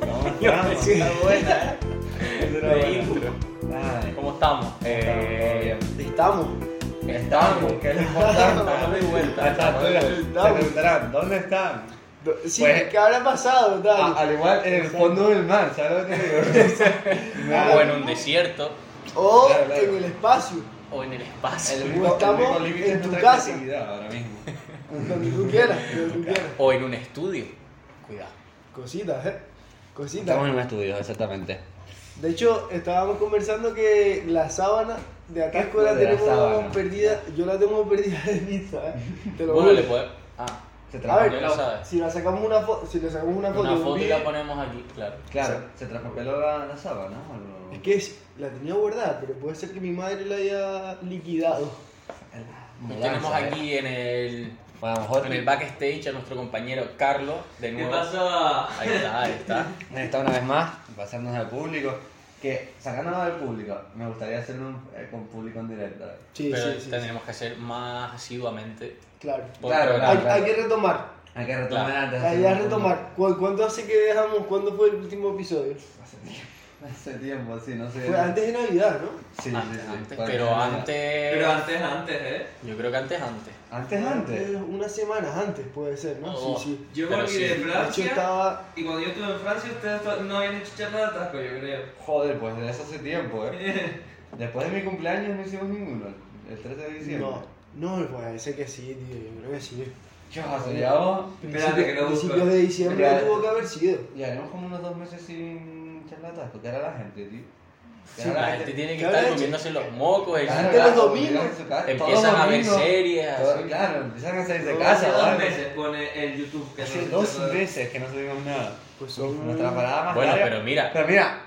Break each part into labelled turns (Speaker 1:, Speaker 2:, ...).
Speaker 1: Vamos,
Speaker 2: Sí.
Speaker 1: está buena, ¿eh?
Speaker 2: Esa era
Speaker 1: Leí,
Speaker 2: buena.
Speaker 1: Ay,
Speaker 3: ¿Cómo estamos?
Speaker 1: Eh,
Speaker 2: Estamos.
Speaker 3: estamos, que es lo importante, estamos de vuelta.
Speaker 1: hasta
Speaker 3: estamos de
Speaker 1: ahora
Speaker 3: vuelta.
Speaker 1: se preguntarán, ¿dónde están?
Speaker 2: Sí,
Speaker 1: Pues-
Speaker 2: ¿qué habrá pasado?
Speaker 1: Ah,
Speaker 2: Tal?
Speaker 1: al igual en el fondo del mar, ¿sabes lo que te digo? Nada.
Speaker 3: O en un desierto,
Speaker 2: O
Speaker 1: claro, claro.
Speaker 2: en el espacio,
Speaker 3: o en el espacio,
Speaker 1: El
Speaker 2: Como
Speaker 1: único-
Speaker 2: estamos
Speaker 1: el único límite
Speaker 2: en
Speaker 1: es
Speaker 2: tu
Speaker 1: nuestra
Speaker 2: casa.
Speaker 1: creatividad ahora mismo.
Speaker 2: donde tú quieras, donde tú quieras.
Speaker 3: o en un estudio. Cuidado.
Speaker 2: Cositas, ¿eh? Cositas.
Speaker 4: Estamos en un estudio, exactamente.
Speaker 2: De hecho, estábamos conversando que la sábana de acá
Speaker 1: ¿Qué
Speaker 2: la
Speaker 1: de la
Speaker 2: tenemos
Speaker 1: sábana?
Speaker 2: perdida. Yo la tengo perdida de vista, ¿eh? Te lo
Speaker 3: Vos no
Speaker 2: juro.
Speaker 3: le podés. Ah,
Speaker 1: Se
Speaker 2: A
Speaker 1: transformó-
Speaker 2: ver,
Speaker 3: ya lo
Speaker 2: no,
Speaker 3: sabes.
Speaker 2: si la sacamos una foto, si le sacamos una foto,
Speaker 3: una
Speaker 2: de un
Speaker 3: foto y
Speaker 2: vídeo-
Speaker 3: la ponemos aquí, claro.
Speaker 1: Claro, se traspapeló la, la sábana. ¿no? Lo-
Speaker 2: es que es- la tenía guardada, pero puede ser que mi madre la haya liquidado.
Speaker 3: Pues
Speaker 4: Mudanza,
Speaker 3: tenemos
Speaker 4: ¿eh?
Speaker 3: aquí en el,
Speaker 4: Bueno, a lo mejor
Speaker 3: en el backstage a nuestro compañero Carlos, de
Speaker 5: ¿Qué
Speaker 3: nuevo.
Speaker 5: pasa?
Speaker 3: Ahí está, ahí está.
Speaker 4: está una vez más.
Speaker 1: Pasarnos al público. Que sacándonos del público, me gustaría hacerlo un- eh, con público en directo. ¿eh?
Speaker 2: Sí,
Speaker 3: Pero
Speaker 2: sí, sí, sí.
Speaker 3: tendremos que hacer más asiduamente.
Speaker 2: Claro.
Speaker 3: por
Speaker 1: Claro,
Speaker 3: programa.
Speaker 2: Hay,
Speaker 1: claro.
Speaker 2: hay que retomar.
Speaker 1: Hay que retomar
Speaker 3: Claro.
Speaker 1: antes. de
Speaker 2: Hay
Speaker 1: hacer
Speaker 2: que
Speaker 1: un-
Speaker 2: retomar. ¿Cu- ¿Cuánto hace que dejamos? ¿Cuándo fue el último episodio?
Speaker 1: Hace tiempo, hace tiempo, sí, no sé.
Speaker 2: Fue antes de Navidad, ¿no?
Speaker 1: Sí, sí,
Speaker 3: Antes,
Speaker 1: sí.
Speaker 3: Ah, antes,
Speaker 1: Fue
Speaker 3: pero
Speaker 1: antes.
Speaker 3: antes.
Speaker 5: Pero antes, antes, ¿eh?
Speaker 3: Yo creo que antes, antes.
Speaker 1: Antes, antes.
Speaker 2: Unas semanas antes puede ser, ¿no?
Speaker 3: Oh,
Speaker 2: sí, sí.
Speaker 5: Yo me
Speaker 3: Pero sí,
Speaker 5: olvidé de
Speaker 2: De hecho
Speaker 5: Francia.
Speaker 2: estaba...
Speaker 5: Y cuando yo estuve en Francia, ustedes to- no habían hecho charla de atasco, yo creo.
Speaker 1: Joder, pues de eso hace tiempo, ¿eh? Después de mi cumpleaños no hicimos ninguno. El 13 de diciembre.
Speaker 2: No, no, puede ser que sí, tío. Yo creo que sí.
Speaker 1: Yo, hace ya vos.
Speaker 5: Espérate que lo busco.
Speaker 2: Principios de diciembre
Speaker 1: Espérate.
Speaker 2: tuvo que haber sido.
Speaker 1: Ya llevamos como unos dos meses sin charlatas, porque era la gente, tío.
Speaker 3: Sí, la gente tiene que
Speaker 2: ¿Qué
Speaker 3: estar
Speaker 2: habrá
Speaker 3: comiéndose los mocos. el-
Speaker 2: Claro, los domingos.
Speaker 3: Empiezan a ver
Speaker 1: series.
Speaker 3: series. así.
Speaker 1: Claro, empiezan a salir de
Speaker 2: Todos
Speaker 1: casa,
Speaker 5: Hace dos
Speaker 1: ¿vale?
Speaker 5: meses pone el YouTube que
Speaker 1: Hace
Speaker 5: no
Speaker 1: dos
Speaker 5: charla de-
Speaker 1: meses que no subimos nada.
Speaker 2: Pues son...
Speaker 1: Nuestra parada más
Speaker 3: Bueno,
Speaker 1: larga-
Speaker 3: pero mira. Ah.
Speaker 1: Pero mira,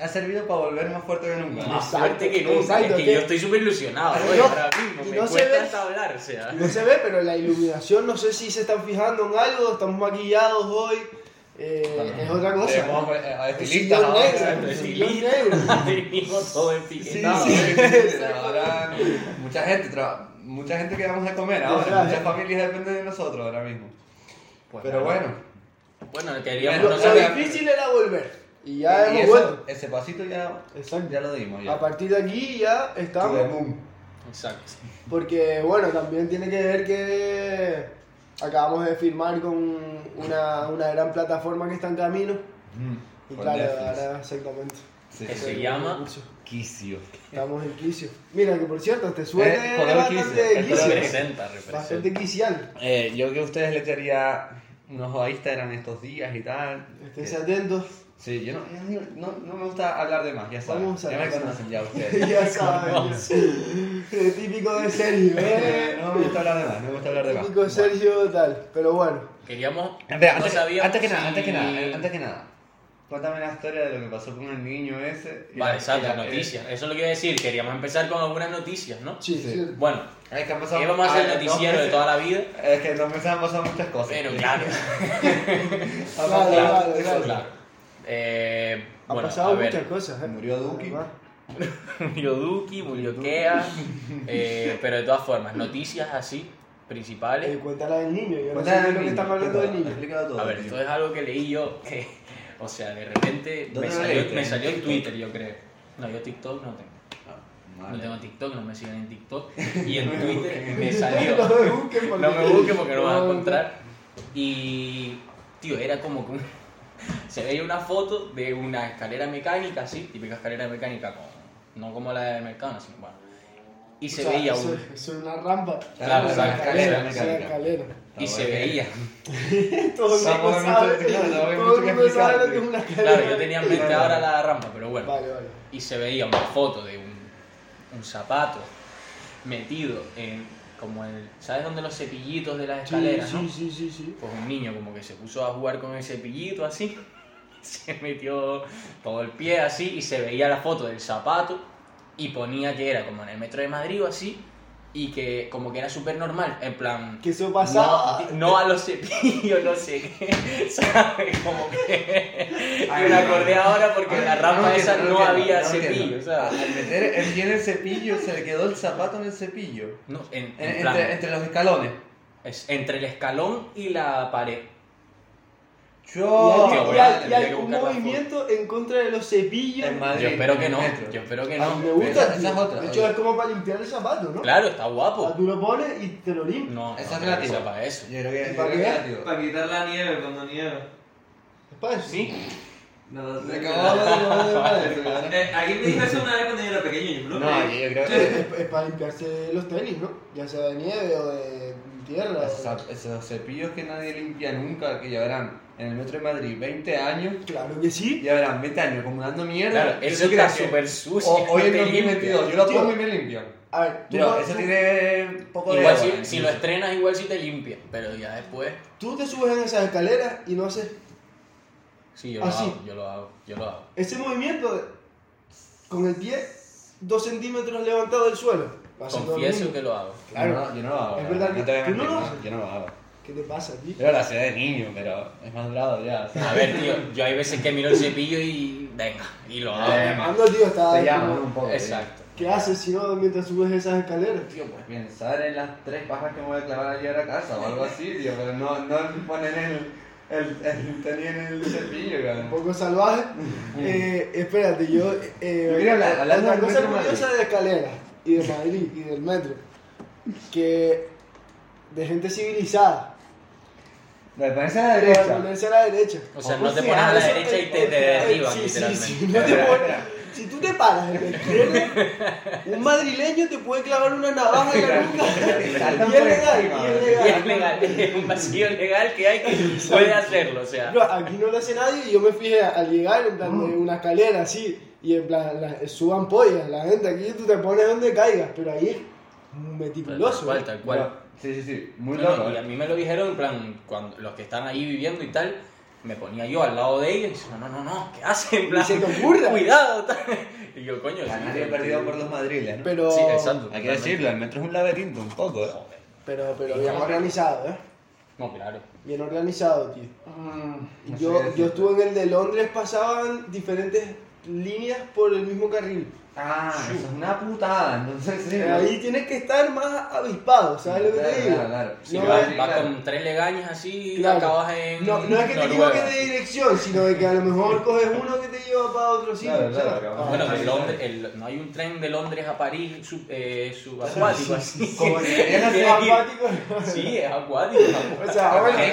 Speaker 1: ha servido para volver más fuerte que nunca.
Speaker 3: Más
Speaker 2: Exacto,
Speaker 3: fuerte que nunca.
Speaker 2: exacto,
Speaker 3: es que
Speaker 2: que-
Speaker 3: yo estoy súper ilusionado.
Speaker 2: Y
Speaker 3: güey,
Speaker 2: no-
Speaker 3: ahora mismo
Speaker 2: y
Speaker 3: me
Speaker 2: no se
Speaker 3: cuesta
Speaker 2: ve-
Speaker 3: hasta hablar. O sea.
Speaker 2: No se ve, pero la iluminación, no sé si se están fijando en algo, estamos maquillados hoy, eh,
Speaker 1: Claro.
Speaker 2: es otra
Speaker 1: Tenemos
Speaker 2: cosa. Pues
Speaker 1: a- a
Speaker 2: El
Speaker 1: estilistas
Speaker 2: sillón
Speaker 1: ahora.
Speaker 2: negro.
Speaker 3: Exacto,
Speaker 2: Sí,
Speaker 3: sí,
Speaker 2: yo negro.
Speaker 3: Venimos todo
Speaker 1: Sí,
Speaker 3: empiquetado.
Speaker 1: sí, sí, sí,
Speaker 2: Exacto.
Speaker 1: ahora mucha gente, tra- mucha gente que vamos a comer
Speaker 2: Ajá,
Speaker 1: ahora, muchas
Speaker 2: eh.
Speaker 1: familias dependen de nosotros ahora mismo.
Speaker 3: Pues,
Speaker 1: Pero bueno,
Speaker 3: Bueno, queríamos
Speaker 1: Bueno,
Speaker 2: Lo,
Speaker 3: no
Speaker 2: lo
Speaker 1: sabe-
Speaker 2: difícil era volver y ya
Speaker 1: y
Speaker 2: hemos
Speaker 1: eso-
Speaker 2: vuelto. Ah,
Speaker 1: ese pasito ya,
Speaker 2: Exacto.
Speaker 1: ya lo dimos. Ya.
Speaker 2: A partir de aquí ya
Speaker 1: To the
Speaker 2: estamos.
Speaker 1: moon.
Speaker 3: Exacto.
Speaker 2: Porque bueno, también tiene que ver que acabamos de firmar con una, una gran plataforma que está en camino.
Speaker 1: Mm,
Speaker 2: Y
Speaker 1: con
Speaker 2: claro,
Speaker 1: Netflix.
Speaker 2: ahora exactamente.
Speaker 1: Sí,
Speaker 3: Que
Speaker 1: sí.
Speaker 3: se llama-
Speaker 4: Quicio.
Speaker 2: Estamos en quicio. Mira que por cierto, este suerte
Speaker 1: Eh,
Speaker 2: es
Speaker 1: color quicio,
Speaker 2: bastante
Speaker 1: el
Speaker 2: quicio.
Speaker 1: color
Speaker 3: Representa, representa.
Speaker 2: Bastante quicial.
Speaker 4: Eh, yo que ustedes le echaría un ojo a Instagram estos días y tal.
Speaker 2: Esténse atentos.
Speaker 1: Sí, yo no, yo no digo- no, no me gusta hablar de más, ya saben.
Speaker 2: Vamos a
Speaker 1: ya me
Speaker 2: hablar.
Speaker 1: conocen ya ustedes.
Speaker 2: ya saben. ya. Típico de Sergio,
Speaker 1: Eh,
Speaker 2: ¿eh?
Speaker 1: no me gusta hablar de más, no me gusta hablar de más.
Speaker 2: Típico de Sergio tal. Pero bueno.
Speaker 3: Queríamos.
Speaker 1: Espera,
Speaker 3: no
Speaker 1: antes,
Speaker 3: sabíamos
Speaker 1: antes que nada,
Speaker 3: si-
Speaker 1: antes que nada, eh, antes que nada. Cuéntame la historia de lo que pasó con el niño ese. eh, y la-
Speaker 3: Vale, exacto,
Speaker 1: y la-
Speaker 3: noticias. Eso es lo que iba a decir. Queríamos empezar con algunas noticias, ¿no?
Speaker 2: Sí,
Speaker 1: Sí.
Speaker 2: sí.
Speaker 3: Bueno,
Speaker 1: Es que han pasado-
Speaker 3: ¿qué vamos a hacer
Speaker 1: ah,
Speaker 3: el
Speaker 1: dos
Speaker 3: noticiero de
Speaker 1: meses.
Speaker 3: toda la vida?
Speaker 1: Es que en dos meses han pasado muchas cosas.
Speaker 3: Pero claro,
Speaker 1: Ha pasado
Speaker 2: Claro, claro,
Speaker 1: muchas
Speaker 2: claro.
Speaker 1: cosas.
Speaker 3: claro. Eh,
Speaker 2: Han
Speaker 3: bueno,
Speaker 2: pasado
Speaker 3: a ver,
Speaker 2: muchas cosas, ¿eh?
Speaker 1: Murió Duki.
Speaker 2: Además,
Speaker 3: murió Duki, murió
Speaker 1: Murió
Speaker 3: Kea, eh, pero de todas formas, noticias así,
Speaker 2: Eh,
Speaker 3: principales.
Speaker 2: cuéntala del niño. Yo no sé
Speaker 1: Cuéntame
Speaker 2: de
Speaker 1: del
Speaker 2: lo que
Speaker 1: niño,
Speaker 2: están hablando del niño.
Speaker 1: Explícalo todo.
Speaker 3: A ver, esto es algo que leí yo, que, o sea, de repente
Speaker 1: ¿Dónde
Speaker 3: me
Speaker 1: lo
Speaker 3: salió,
Speaker 1: leíste?
Speaker 3: me salió en
Speaker 1: ¿En
Speaker 3: Twitter, yo creo. No, yo TikTok no tengo.
Speaker 1: Ah,
Speaker 3: No tengo TikTok, no me siguen en TikTok. Y en Twitter me salió.
Speaker 2: No me busquen porque,
Speaker 3: No me busques porque no vas a encontrar. Y, tío, era como que un- se veía una foto de una escalera mecánica, así, típica escalera mecánica, con- no como la del mercado, sino bueno. Y se
Speaker 2: O sea,
Speaker 3: veía
Speaker 2: eso-
Speaker 3: un...
Speaker 2: Eso es una rampa.
Speaker 3: Claro,
Speaker 2: Es
Speaker 3: la
Speaker 2: una
Speaker 3: escalera
Speaker 2: es una
Speaker 1: mecánica.
Speaker 2: escalera.
Speaker 3: Y se veía.
Speaker 2: Todo el mundo
Speaker 1: Estamos
Speaker 2: sabe.
Speaker 1: obviamente- claro,
Speaker 2: Todo el
Speaker 1: obviamente
Speaker 2: mundo
Speaker 1: que
Speaker 2: sabe
Speaker 1: explicar,
Speaker 2: lo que es una escalera.
Speaker 3: Claro, yo tenía en mente ahora la rampa, pero bueno.
Speaker 2: Vale, vale.
Speaker 3: Y se veía una foto de un, un zapato metido en... como el... ¿Sabes dónde los cepillitos de las escaleras,
Speaker 2: sí,
Speaker 3: no?
Speaker 2: sí, sí, sí.
Speaker 3: Pues un niño como que se puso a jugar con el cepillito así, se metió todo el pie así y se veía la foto del zapato y ponía que era como en el metro de Madrid o así y que como que era súper normal, en plan...
Speaker 2: Que eso pasaba.
Speaker 3: No, no a los cepillos, no sé qué, ¿sabes? Como que...
Speaker 1: Ay,
Speaker 3: yo me
Speaker 1: no.
Speaker 3: acordé ahora porque en la rampa esa no, había
Speaker 1: cepillos
Speaker 3: cepillo, ¿sabes?
Speaker 1: Al meter el pie en el cepillo, se le quedó el zapato en el cepillo.
Speaker 3: No, en, en
Speaker 1: En-
Speaker 3: plan,
Speaker 1: entre, entre los escalones.
Speaker 3: es entre el escalón y la pared.
Speaker 6: Yo.
Speaker 2: y hay,
Speaker 3: bueno,
Speaker 2: y hay- y
Speaker 3: tendría
Speaker 2: hay
Speaker 3: que
Speaker 2: un
Speaker 3: buscar la
Speaker 2: movimiento en contra de los cepillos.
Speaker 6: En
Speaker 1: Ah,
Speaker 6: Madrid.
Speaker 3: Yo espero que
Speaker 6: en
Speaker 3: no,
Speaker 6: el metro.
Speaker 3: yo espero que
Speaker 2: A
Speaker 3: no.
Speaker 2: mí Ah, me
Speaker 6: pero
Speaker 2: gusta,
Speaker 6: esa-
Speaker 2: tío.
Speaker 6: esa es otra,
Speaker 2: De hecho,
Speaker 6: oye.
Speaker 2: es como para limpiar el zapato, ¿no?
Speaker 3: Claro, está
Speaker 2: Ah,
Speaker 3: guapo.
Speaker 2: Tú lo pones y te lo limpias.
Speaker 3: No,
Speaker 6: Esa
Speaker 3: no
Speaker 6: es
Speaker 3: creo que
Speaker 6: relativa.
Speaker 3: sea para eso.
Speaker 6: Yo creo que.
Speaker 2: ¿Y
Speaker 6: yo
Speaker 2: para
Speaker 6: creo que
Speaker 2: qué?
Speaker 6: era, tío.
Speaker 5: Para quitar la nieve cuando nieva.
Speaker 2: Es para eso.
Speaker 3: Mm. Sí,
Speaker 5: Nada,
Speaker 6: Me
Speaker 5: sí.
Speaker 6: acabo de acabo de- madre, tío, ¿verdad?
Speaker 5: Eh, alguien me dijo eso una vez cuando yo era pequeño y yo no lo
Speaker 1: No, yo,
Speaker 5: creí.
Speaker 1: yo creo
Speaker 2: Es,
Speaker 1: que.
Speaker 2: es para limpiarse los tenis, ¿no? Ya sea de nieve o de tierra.
Speaker 6: Esa- Esos cepillos que nadie limpia nunca, que llevarán en el metro de Madrid 20 años.
Speaker 2: Claro que sí.
Speaker 6: Llevarán 20 años acumulando mierda.
Speaker 3: claro,
Speaker 6: Yo
Speaker 3: eso
Speaker 6: creo
Speaker 3: está
Speaker 6: que-
Speaker 3: súper sucio.
Speaker 6: o- Hoy en
Speaker 3: te
Speaker 6: 2022,
Speaker 3: limpia.
Speaker 6: yo lo
Speaker 2: Tío.
Speaker 6: pongo y me limpio.
Speaker 2: A ver, tú,
Speaker 6: Mira,
Speaker 2: vas-
Speaker 6: eso
Speaker 2: tú-
Speaker 6: tiene un poco de.
Speaker 3: Igual
Speaker 6: agua,
Speaker 3: si, si lo
Speaker 6: incluso.
Speaker 3: estrenas, igual si te limpia. Pero ya después,
Speaker 2: tú te subes en esas escaleras y no haces
Speaker 3: sí, yo lo
Speaker 2: Ah, sí.
Speaker 3: hago, yo lo hago, yo lo hago.
Speaker 2: ese movimiento de- con el pie dos centímetros levantado del suelo. Lo hace todo el
Speaker 3: Confieso
Speaker 2: mundo.
Speaker 3: que lo hago.
Speaker 6: Yo no, yo no lo hago.
Speaker 2: Es
Speaker 6: la
Speaker 2: verdad
Speaker 1: No te voy a
Speaker 2: que
Speaker 1: mentir,
Speaker 2: tú no lo
Speaker 1: no,
Speaker 2: haces.
Speaker 1: yo no lo hago.
Speaker 2: ¿Qué te pasa, tío?
Speaker 1: Yo lo hacía de niño, pero es más grado ya. o sea.
Speaker 3: A ver, tío, yo hay veces que miro el cepillo y venga, y lo hago.
Speaker 6: Eh,
Speaker 2: Ando, tío, está.
Speaker 6: Te llaman
Speaker 2: como-
Speaker 6: un poco.
Speaker 3: Exacto.
Speaker 2: ¿Qué haces si no mientras subes esas escaleras?
Speaker 6: Tío, pues pensar en las tres pajas que me voy a clavar a llegar a casa o algo así, tío, pero no, no poner el, el, el tenis en el cepillo,
Speaker 2: Un
Speaker 6: cabrón.
Speaker 2: poco salvaje. Eh, espérate, yo. Eh,
Speaker 6: Yo quería hablar- hablar
Speaker 2: otra
Speaker 6: del
Speaker 2: cosa
Speaker 6: metro de
Speaker 2: curiosa de escaleras y de Madrid y del metro. Que. de gente civilizada.
Speaker 6: Me parece a la
Speaker 2: Para
Speaker 6: derecha.
Speaker 2: ponerse a la derecha.
Speaker 3: O sea,
Speaker 6: ¿Cómo
Speaker 3: no te
Speaker 6: se
Speaker 3: pones a la
Speaker 2: Eso,
Speaker 3: derecha y
Speaker 2: eh,
Speaker 3: te, te
Speaker 2: eh,
Speaker 3: derriban,
Speaker 2: sí, sí,
Speaker 3: literalmente.
Speaker 2: sí, no te pones- Si tú te paras en la izquierda, un madrileño te puede clavar una navaja en la nuca.
Speaker 6: Te saltan
Speaker 2: Y es
Speaker 6: por encima,
Speaker 2: legal, y es
Speaker 6: bro.
Speaker 2: legal.
Speaker 3: Y es legal, es un vacío legal que hay que puede hacerlo, o sea.
Speaker 2: No, aquí no lo hace nadie y yo me fijé al llegar en plan
Speaker 6: Mm.
Speaker 2: de una escalera así y en plan la- suban pollas, la gente aquí tú te pones donde caigas, pero ahí es
Speaker 3: Tal
Speaker 2: meticuloso. ¿eh?
Speaker 3: cual, tal cual.
Speaker 6: Pero- Sí, sí, sí, muy
Speaker 3: No, no,
Speaker 6: loco.
Speaker 3: y a
Speaker 6: eh.
Speaker 3: mí me lo dijeron, en plan, cuando los que están ahí viviendo y tal, me ponía yo al lado de ellos y decía, no, no, no, ¿qué hacen? En plan,
Speaker 2: se te ocurra.
Speaker 3: cuidado. tal. Y yo, coño, sí,
Speaker 1: Canario
Speaker 3: sí,
Speaker 1: perdido
Speaker 3: sí.
Speaker 1: por los madriles, ¿no?
Speaker 2: Pero,
Speaker 3: Sí, exacto.
Speaker 1: Hay que decirlo, el metro es un laberinto un poco, ¿eh?
Speaker 3: Joder.
Speaker 2: pero, pero bien organizado, ¿eh?
Speaker 3: No, claro.
Speaker 2: Bien organizado, tío.
Speaker 6: No sé
Speaker 2: Yo,
Speaker 6: qué decirte.
Speaker 2: yo estuve en el de Londres, pasaban diferentes líneas por el mismo carril.
Speaker 6: Ah, eso es una putada, entonces sí.
Speaker 2: Pero ahí tienes que estar más avispado, ¿sabes lo que
Speaker 6: Claro,
Speaker 2: te digo?
Speaker 6: claro, claro.
Speaker 3: Si
Speaker 2: No,
Speaker 3: vas,
Speaker 2: es-
Speaker 3: vas
Speaker 6: claro.
Speaker 3: con tres legañas así y
Speaker 2: Claro.
Speaker 3: acabas en.
Speaker 2: No, no es que te
Speaker 3: Noruega.
Speaker 2: equivoques de dirección, sino de que a lo mejor coges uno que te lleva para otro sitio.
Speaker 6: Claro, claro,
Speaker 2: ¿sabes?
Speaker 6: cabrón.
Speaker 2: Ah,
Speaker 3: Bueno,
Speaker 6: Ah,
Speaker 3: de
Speaker 6: sí,
Speaker 3: Londres, el- no hay un tren de Londres a París sub, eh, subacuático así.
Speaker 6: Como que querían
Speaker 2: Es
Speaker 6: hacer-
Speaker 2: acuático.
Speaker 3: Sí, es acuático. es
Speaker 2: O
Speaker 3: acuático.
Speaker 2: sea, ahora
Speaker 3: Tiene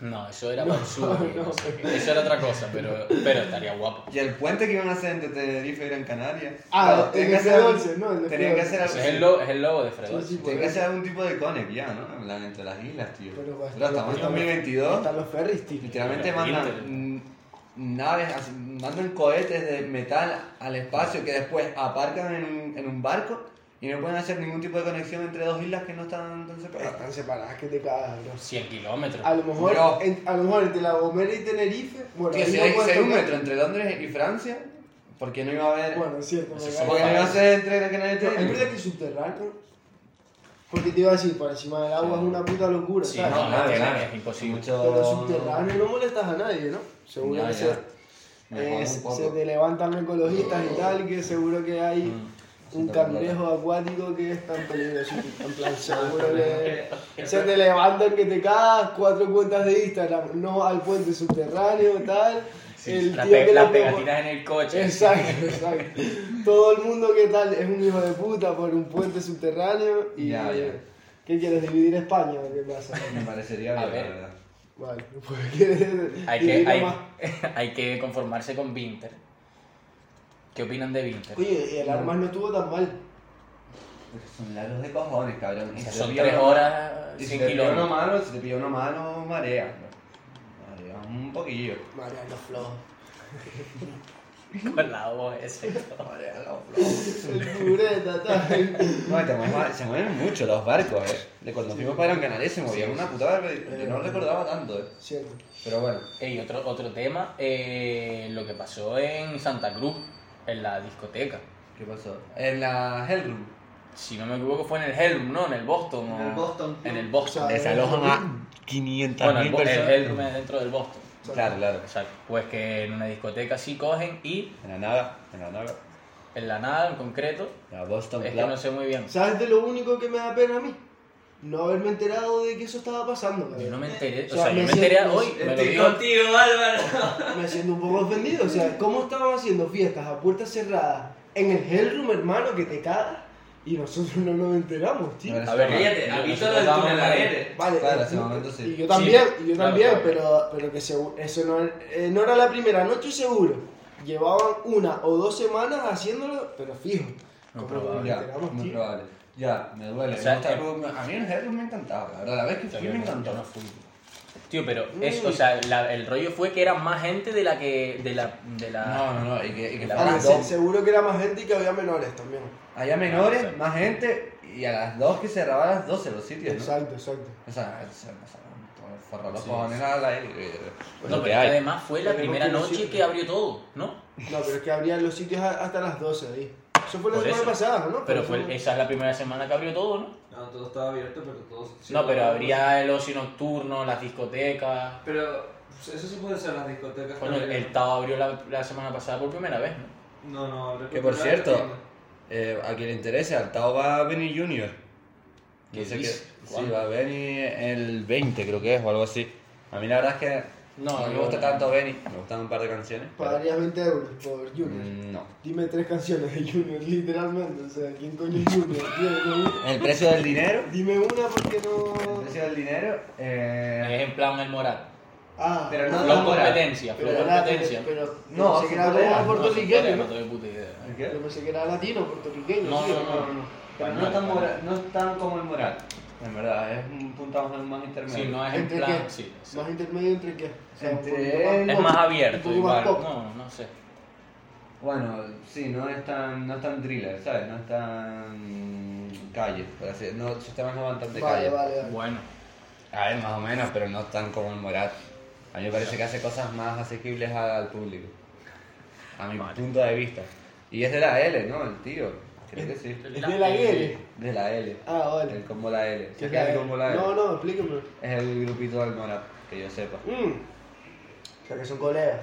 Speaker 3: No, eso era para el sur, no sé qué. Eso era otra cosa, pero, pero estaría guapo.
Speaker 1: Y el puente que iban a hacer entre Tenerife y Gran Canaria.
Speaker 2: Ah,
Speaker 1: Claro,
Speaker 2: el
Speaker 1: tenían
Speaker 2: de
Speaker 1: que hacer-
Speaker 2: Fredolce, ¿no? El de
Speaker 1: Tenían que hacer
Speaker 2: Fredolce.
Speaker 3: Eso
Speaker 1: algo.
Speaker 3: es el, logo, es el logo de Fredo.
Speaker 2: Sí, sí,
Speaker 1: Tiene
Speaker 2: por
Speaker 1: que
Speaker 2: eso.
Speaker 1: ser algún tipo de conex ya, ¿no? En plan, entre las islas, tío.
Speaker 2: Pero,
Speaker 1: Pero
Speaker 2: pues,
Speaker 1: estamos en
Speaker 2: pero-
Speaker 1: 2022.
Speaker 2: Están los ferries, tío.
Speaker 1: Literalmente
Speaker 3: Pero,
Speaker 1: mandan mm, naves, así, mandan cohetes de metal al espacio que después aparcan en un, en un barco y no pueden hacer ningún tipo de conexión entre dos islas que no están tan separadas.
Speaker 2: Están separadas que te cagas, bro.
Speaker 3: 100 kilómetros.
Speaker 2: A lo mejor,
Speaker 1: Bro.
Speaker 2: en- a lo mejor entre La Gomera y Tenerife. Bueno,
Speaker 1: Tío,
Speaker 2: ahí
Speaker 1: si
Speaker 2: no
Speaker 1: hay,
Speaker 2: puedes
Speaker 1: si hay un
Speaker 2: tocar.
Speaker 1: metro entre Londres y Francia, ¿por qué no iba a haber...?
Speaker 2: Bueno, es cierto.
Speaker 3: Eso
Speaker 2: me
Speaker 3: es
Speaker 2: cago.
Speaker 1: ¿Por qué no iba a ser entre Gran Canaria y
Speaker 2: No, es
Speaker 1: Tenerife?
Speaker 2: verdad que es subterráneo. Porque te iba a decir, por encima del agua es una puta locura,
Speaker 3: Sí,
Speaker 2: ¿sabes?
Speaker 3: no,
Speaker 6: claro,
Speaker 3: tiene-
Speaker 6: claro.
Speaker 3: es imposible.
Speaker 2: Pero
Speaker 6: Mucho...
Speaker 2: subterráneo no molestas a nadie, ¿no? Seguro
Speaker 6: Ya,
Speaker 2: que
Speaker 6: ya.
Speaker 2: se,
Speaker 6: Me
Speaker 2: eh,
Speaker 6: jodo un
Speaker 2: se-
Speaker 6: poco.
Speaker 2: se te levantan ecologistas y tal, que seguro que hay
Speaker 3: Mm,
Speaker 2: un
Speaker 6: Sí,
Speaker 2: cangrejo acuático que es tan peligroso. En plan, seguro que se te levantan que te cagas, cuatro cuentas de Instagram, no al puente subterráneo, tal.
Speaker 3: Sí,
Speaker 2: el
Speaker 3: la
Speaker 2: tío
Speaker 3: pe-
Speaker 2: que
Speaker 3: las
Speaker 2: lo-
Speaker 3: pegatinas en el coche.
Speaker 2: Exacto, exacto. Todo el mundo que tal es un hijo de puta por un puente subterráneo y...
Speaker 6: Ya, ya.
Speaker 2: ¿Qué quieres? ¿Dividir España o qué pasa?
Speaker 6: Me parecería
Speaker 3: A
Speaker 6: bien, la
Speaker 3: ver.
Speaker 6: verdad.
Speaker 2: Vale, pues quieres
Speaker 3: Hay
Speaker 2: dividir
Speaker 3: que, hay,
Speaker 2: más.
Speaker 3: hay que conformarse con Winter. ¿Qué opinan de Winter?
Speaker 2: Oye, y el armas no estuvo tan mal.
Speaker 6: Porque Son largos de cojones, cabrón.
Speaker 3: O
Speaker 6: Y
Speaker 3: sea,
Speaker 6: si
Speaker 3: son
Speaker 6: te pilla
Speaker 3: tres
Speaker 6: uno-
Speaker 3: horas,
Speaker 6: Y si
Speaker 3: 100
Speaker 6: te pilla uno
Speaker 3: kilómetros.
Speaker 6: malo, si te pilla uno malo, marea. bro. Marea un poquillo.
Speaker 2: Mariano los flojos.
Speaker 3: Con la voz ese.
Speaker 6: Marea los flojos.
Speaker 2: El pureta, tal.
Speaker 1: No, te mueve- se mueven mucho los barcos, ¿eh? De cuando fuimos para Gran Canaria se movían una puta barba. Yo no recordaba tanto, ¿eh?
Speaker 2: Cierto.
Speaker 6: Pero bueno.
Speaker 3: Y otro, otro tema, eh, lo que pasó en Santa Cruz, en la discoteca.
Speaker 6: ¿Qué pasó?
Speaker 1: En la Hellroom.
Speaker 3: si no me equivoco, fue en el Helm, ¿no? En el Boston.
Speaker 5: En el
Speaker 3: o-
Speaker 5: Boston Club.
Speaker 3: En el Boston.
Speaker 2: O sea,
Speaker 1: Desalojan a 500.000
Speaker 3: bueno, el, Bo- el
Speaker 1: personas.
Speaker 3: Helm es dentro del Boston.
Speaker 1: Claro, claro.
Speaker 3: Exacto. Pues que en una discoteca sí cogen y
Speaker 1: En la nave, en la nave.
Speaker 3: en la nada, en concreto,
Speaker 1: En la Boston
Speaker 3: es que
Speaker 1: Club.
Speaker 3: no sé muy bien.
Speaker 2: ¿Sabes de lo único que me da pena a mí? No haberme enterado de que eso estaba pasando.
Speaker 3: Yo no
Speaker 2: cabrón.
Speaker 3: me enteré, o
Speaker 2: O sea,
Speaker 3: sea, yo
Speaker 2: me
Speaker 3: me enteré
Speaker 2: siento-
Speaker 3: hoy, me lo
Speaker 5: Estoy
Speaker 3: dijo
Speaker 5: contigo, Álvaro.
Speaker 2: Me siento un poco ofendido. O sea, ¿cómo estaban haciendo fiestas a puertas cerradas en el Hellroom, hermano, que te cagas? Y nosotros no nos enteramos, tío.
Speaker 1: Pero
Speaker 3: A ver,
Speaker 5: Cállate,
Speaker 3: Nosotros
Speaker 5: ha visto lo del
Speaker 3: estábamos
Speaker 5: túnel
Speaker 3: ahí.
Speaker 5: Arere.
Speaker 2: Vale,
Speaker 1: Claro,
Speaker 2: eh,
Speaker 1: ese momento sí.
Speaker 2: Y yo también,
Speaker 3: Sí,
Speaker 2: y yo
Speaker 3: claro,
Speaker 2: también,
Speaker 3: claro.
Speaker 2: pero, pero que seguro, eso no, eh, no era la primera noche seguro. Llevaban una o dos semanas haciéndolo, pero fijo.
Speaker 3: No,
Speaker 2: Como
Speaker 3: probable,
Speaker 2: nos
Speaker 1: Ya,
Speaker 2: enteramos,
Speaker 1: muy
Speaker 2: tío.
Speaker 1: probable. Ya, me duele.
Speaker 3: O sea,
Speaker 1: No,
Speaker 3: que-
Speaker 1: tampoco- a mí en Helm me encantaba, la verdad. La vez que fui me encantó.
Speaker 3: Tío, pero es, o sea, la- el rollo fue que era más gente de la que. de la. de la.
Speaker 1: No, no, no. Y que, y que
Speaker 3: La
Speaker 1: fueron
Speaker 2: Ah,
Speaker 1: dos.
Speaker 2: se- seguro que era más gente y que había menores también.
Speaker 1: Había menores, más gente, y a las 2 que cerraban a las 12 los sitios, ¿no?
Speaker 2: Exacto, exacto.
Speaker 1: O sea, se se pasaron todo el forro los
Speaker 3: Sí,
Speaker 1: cojones al aire. eh,
Speaker 3: No,
Speaker 1: lo que
Speaker 3: pero
Speaker 1: hay.
Speaker 3: además fue la
Speaker 2: Lo que
Speaker 3: primera
Speaker 2: no
Speaker 3: noche
Speaker 2: conocía.
Speaker 3: que abrió todo, ¿no?
Speaker 2: No, pero es que abrían los sitios a- hasta las 12 ahí. Eso fue la
Speaker 3: Por
Speaker 2: semana
Speaker 3: eso.
Speaker 2: pasada, ¿no?
Speaker 3: Pero
Speaker 2: Por
Speaker 3: fue,
Speaker 2: eso-
Speaker 3: esa es la primera semana que abrió todo, ¿no?
Speaker 5: No, todo estaba abierto, pero todo.
Speaker 3: No, pero abría el ocio nocturno, las discotecas.
Speaker 5: Pero pues, eso sí puede ser las discotecas.
Speaker 3: Coño,
Speaker 5: que-
Speaker 3: el Tao abrió la, la semana pasada por primera vez, ¿no?
Speaker 5: No, no, abre
Speaker 1: Que por
Speaker 5: cultural,
Speaker 1: cierto,
Speaker 5: tiene.
Speaker 1: eh, a quien le interese, al Tao va a venir Junior.
Speaker 3: ¿Qué
Speaker 1: No sé qué.
Speaker 3: dices?
Speaker 1: Sí,
Speaker 3: ¿Cuándo?
Speaker 1: va a venir el 20, creo que es, o algo así. A mí la verdad es que
Speaker 3: No,
Speaker 1: no me
Speaker 3: yo-
Speaker 1: gusta tanto Benny, me gustan un par de canciones. pero-
Speaker 2: Pagarías 20 euros por Junior.
Speaker 1: Mm, No.
Speaker 2: Dime tres canciones de Junior, literalmente. O sea, ¿quién coño es Junior? tío? No-
Speaker 1: El precio del dinero.
Speaker 2: Dime una porque
Speaker 1: El
Speaker 2: no.
Speaker 1: precio del dinero. Eh...
Speaker 3: Es en plan el moral.
Speaker 2: Ah,
Speaker 1: Pero no-
Speaker 3: Flow
Speaker 1: no,
Speaker 3: competencia, flow
Speaker 2: pero era-
Speaker 3: competencia.
Speaker 2: pero-
Speaker 1: No,
Speaker 2: pensé que era
Speaker 1: futbolera,
Speaker 2: como
Speaker 1: no,
Speaker 2: puertorriqueño.
Speaker 3: No
Speaker 2: ¿no?
Speaker 3: tengo puta idea.
Speaker 1: ¿El qué?
Speaker 2: Yo pensé que era latino, puertorriqueño.
Speaker 3: No,
Speaker 2: tío.
Speaker 3: no, no, no, no.
Speaker 1: Pero no tan, mora- no tan como el moral. En verdad, es un punto más, más intermedio.
Speaker 3: Sí, no es en
Speaker 2: ¿Entre
Speaker 3: plan.
Speaker 2: qué?
Speaker 3: Sí, sí.
Speaker 2: ¿Más intermedio entre qué? O sea, un
Speaker 1: Entre-
Speaker 2: poquito
Speaker 1: Es
Speaker 3: Es
Speaker 2: pop,
Speaker 3: más
Speaker 2: un
Speaker 3: abierto
Speaker 2: poquito más
Speaker 3: igual.
Speaker 2: pop.
Speaker 3: No, no sé.
Speaker 1: Bueno, sí, no es tan, no es tan thriller, ¿sabes? No es tan calle, por así no, Sus temas no van tan de
Speaker 2: Vale,
Speaker 1: calle.
Speaker 2: vale, vale.
Speaker 3: Bueno.
Speaker 1: A ver, más o menos, pero no tan como el Morat. A mí me parece que hace cosas más asequibles al público. A mi punto de vista. Y es de la L, ¿no? El tío. Creo que sí.
Speaker 2: ¿Es de la L?
Speaker 1: De la L.
Speaker 2: Ah,
Speaker 1: El
Speaker 2: vale.
Speaker 1: combo La L.
Speaker 2: ¿Qué
Speaker 1: ¿Sabes qué es el combo La L?
Speaker 2: No, no, explíqueme.
Speaker 1: Es el grupito del Morat, que yo sepa.
Speaker 2: Mm. O sea, que son colegas.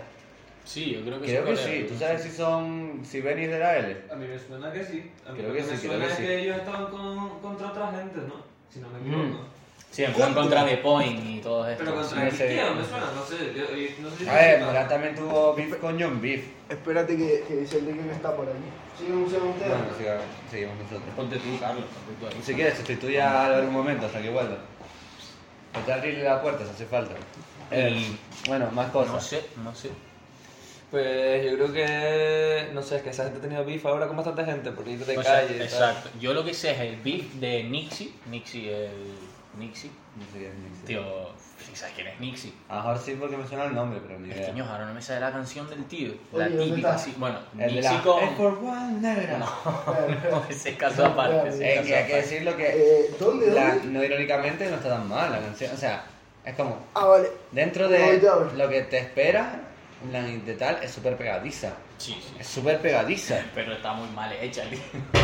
Speaker 3: Sí, yo creo que
Speaker 1: Creo
Speaker 3: sí,
Speaker 1: que
Speaker 3: colega.
Speaker 1: sí. ¿Tú sabes si son. si venís de la L?
Speaker 5: A mí me suena que sí. A mí
Speaker 1: Creo
Speaker 5: lo
Speaker 1: que
Speaker 5: que, me
Speaker 1: sí, creo
Speaker 5: suena
Speaker 1: que
Speaker 5: es
Speaker 1: sí.
Speaker 5: que ellos estaban con, contra otra gente, ¿no? Si
Speaker 7: Mm.
Speaker 5: no me equivoco.
Speaker 3: Sí, en plan contra The Point y todo esto.
Speaker 5: Pero
Speaker 1: sí,
Speaker 5: contra el
Speaker 1: no sé.
Speaker 5: izquierdo me suena, no sé. Yo, y- no sé si
Speaker 1: A ver,
Speaker 5: sepa.
Speaker 1: Morat también tuvo beef con John Beef.
Speaker 2: Espérate que, que dice Enrique que está por aquí. Sigan ustedes.
Speaker 1: Bueno, siga- seguimos nosotros.
Speaker 3: Ponte tú, Carlos, ponte tú ahí.
Speaker 1: Si quieres, sustituye a Álvaro un momento hasta que vuelva. Ponte a abrirle la puerta si hace falta. El- bueno, más cosas.
Speaker 3: No sé, no sé.
Speaker 7: Pues yo creo que. No sé, es que esa gente ha tenido beef ahora con bastante gente por ir de
Speaker 3: O sea,
Speaker 7: calle. y tal.
Speaker 3: exacto. Yo lo que sé es el beef de Nixie. Nixie, el. Nixie.
Speaker 1: No sé quién es Nixie.
Speaker 3: Tío, si sabes quién es Nixie.
Speaker 1: A lo mejor sí porque me suena el nombre, pero ni
Speaker 3: Es que
Speaker 1: idea.
Speaker 3: ñoja, ahora no me sale la canción del tío. La
Speaker 2: Oye, ¿dónde
Speaker 3: típica,
Speaker 2: está?
Speaker 3: sí. Bueno,
Speaker 1: El de
Speaker 3: Nixie
Speaker 1: la... Es
Speaker 3: con.
Speaker 1: por one negra.
Speaker 3: No, ese es caso aparte. ese
Speaker 1: Eh,
Speaker 3: es
Speaker 1: que hay que
Speaker 3: caso
Speaker 1: decirlo que
Speaker 2: Eh, ¿Dónde?
Speaker 1: la-
Speaker 2: ¿Dónde?
Speaker 1: no irónicamente no está tan mal la canción. O sea, es como
Speaker 2: Ah, vale.
Speaker 1: dentro
Speaker 2: Voy
Speaker 1: de
Speaker 2: yo, a ver.
Speaker 1: lo que te espera, la de tal es súper pegadiza.
Speaker 3: aparte. Sí, sí.
Speaker 1: Es súper pegadiza.
Speaker 3: Pero está muy mal hecha, tío.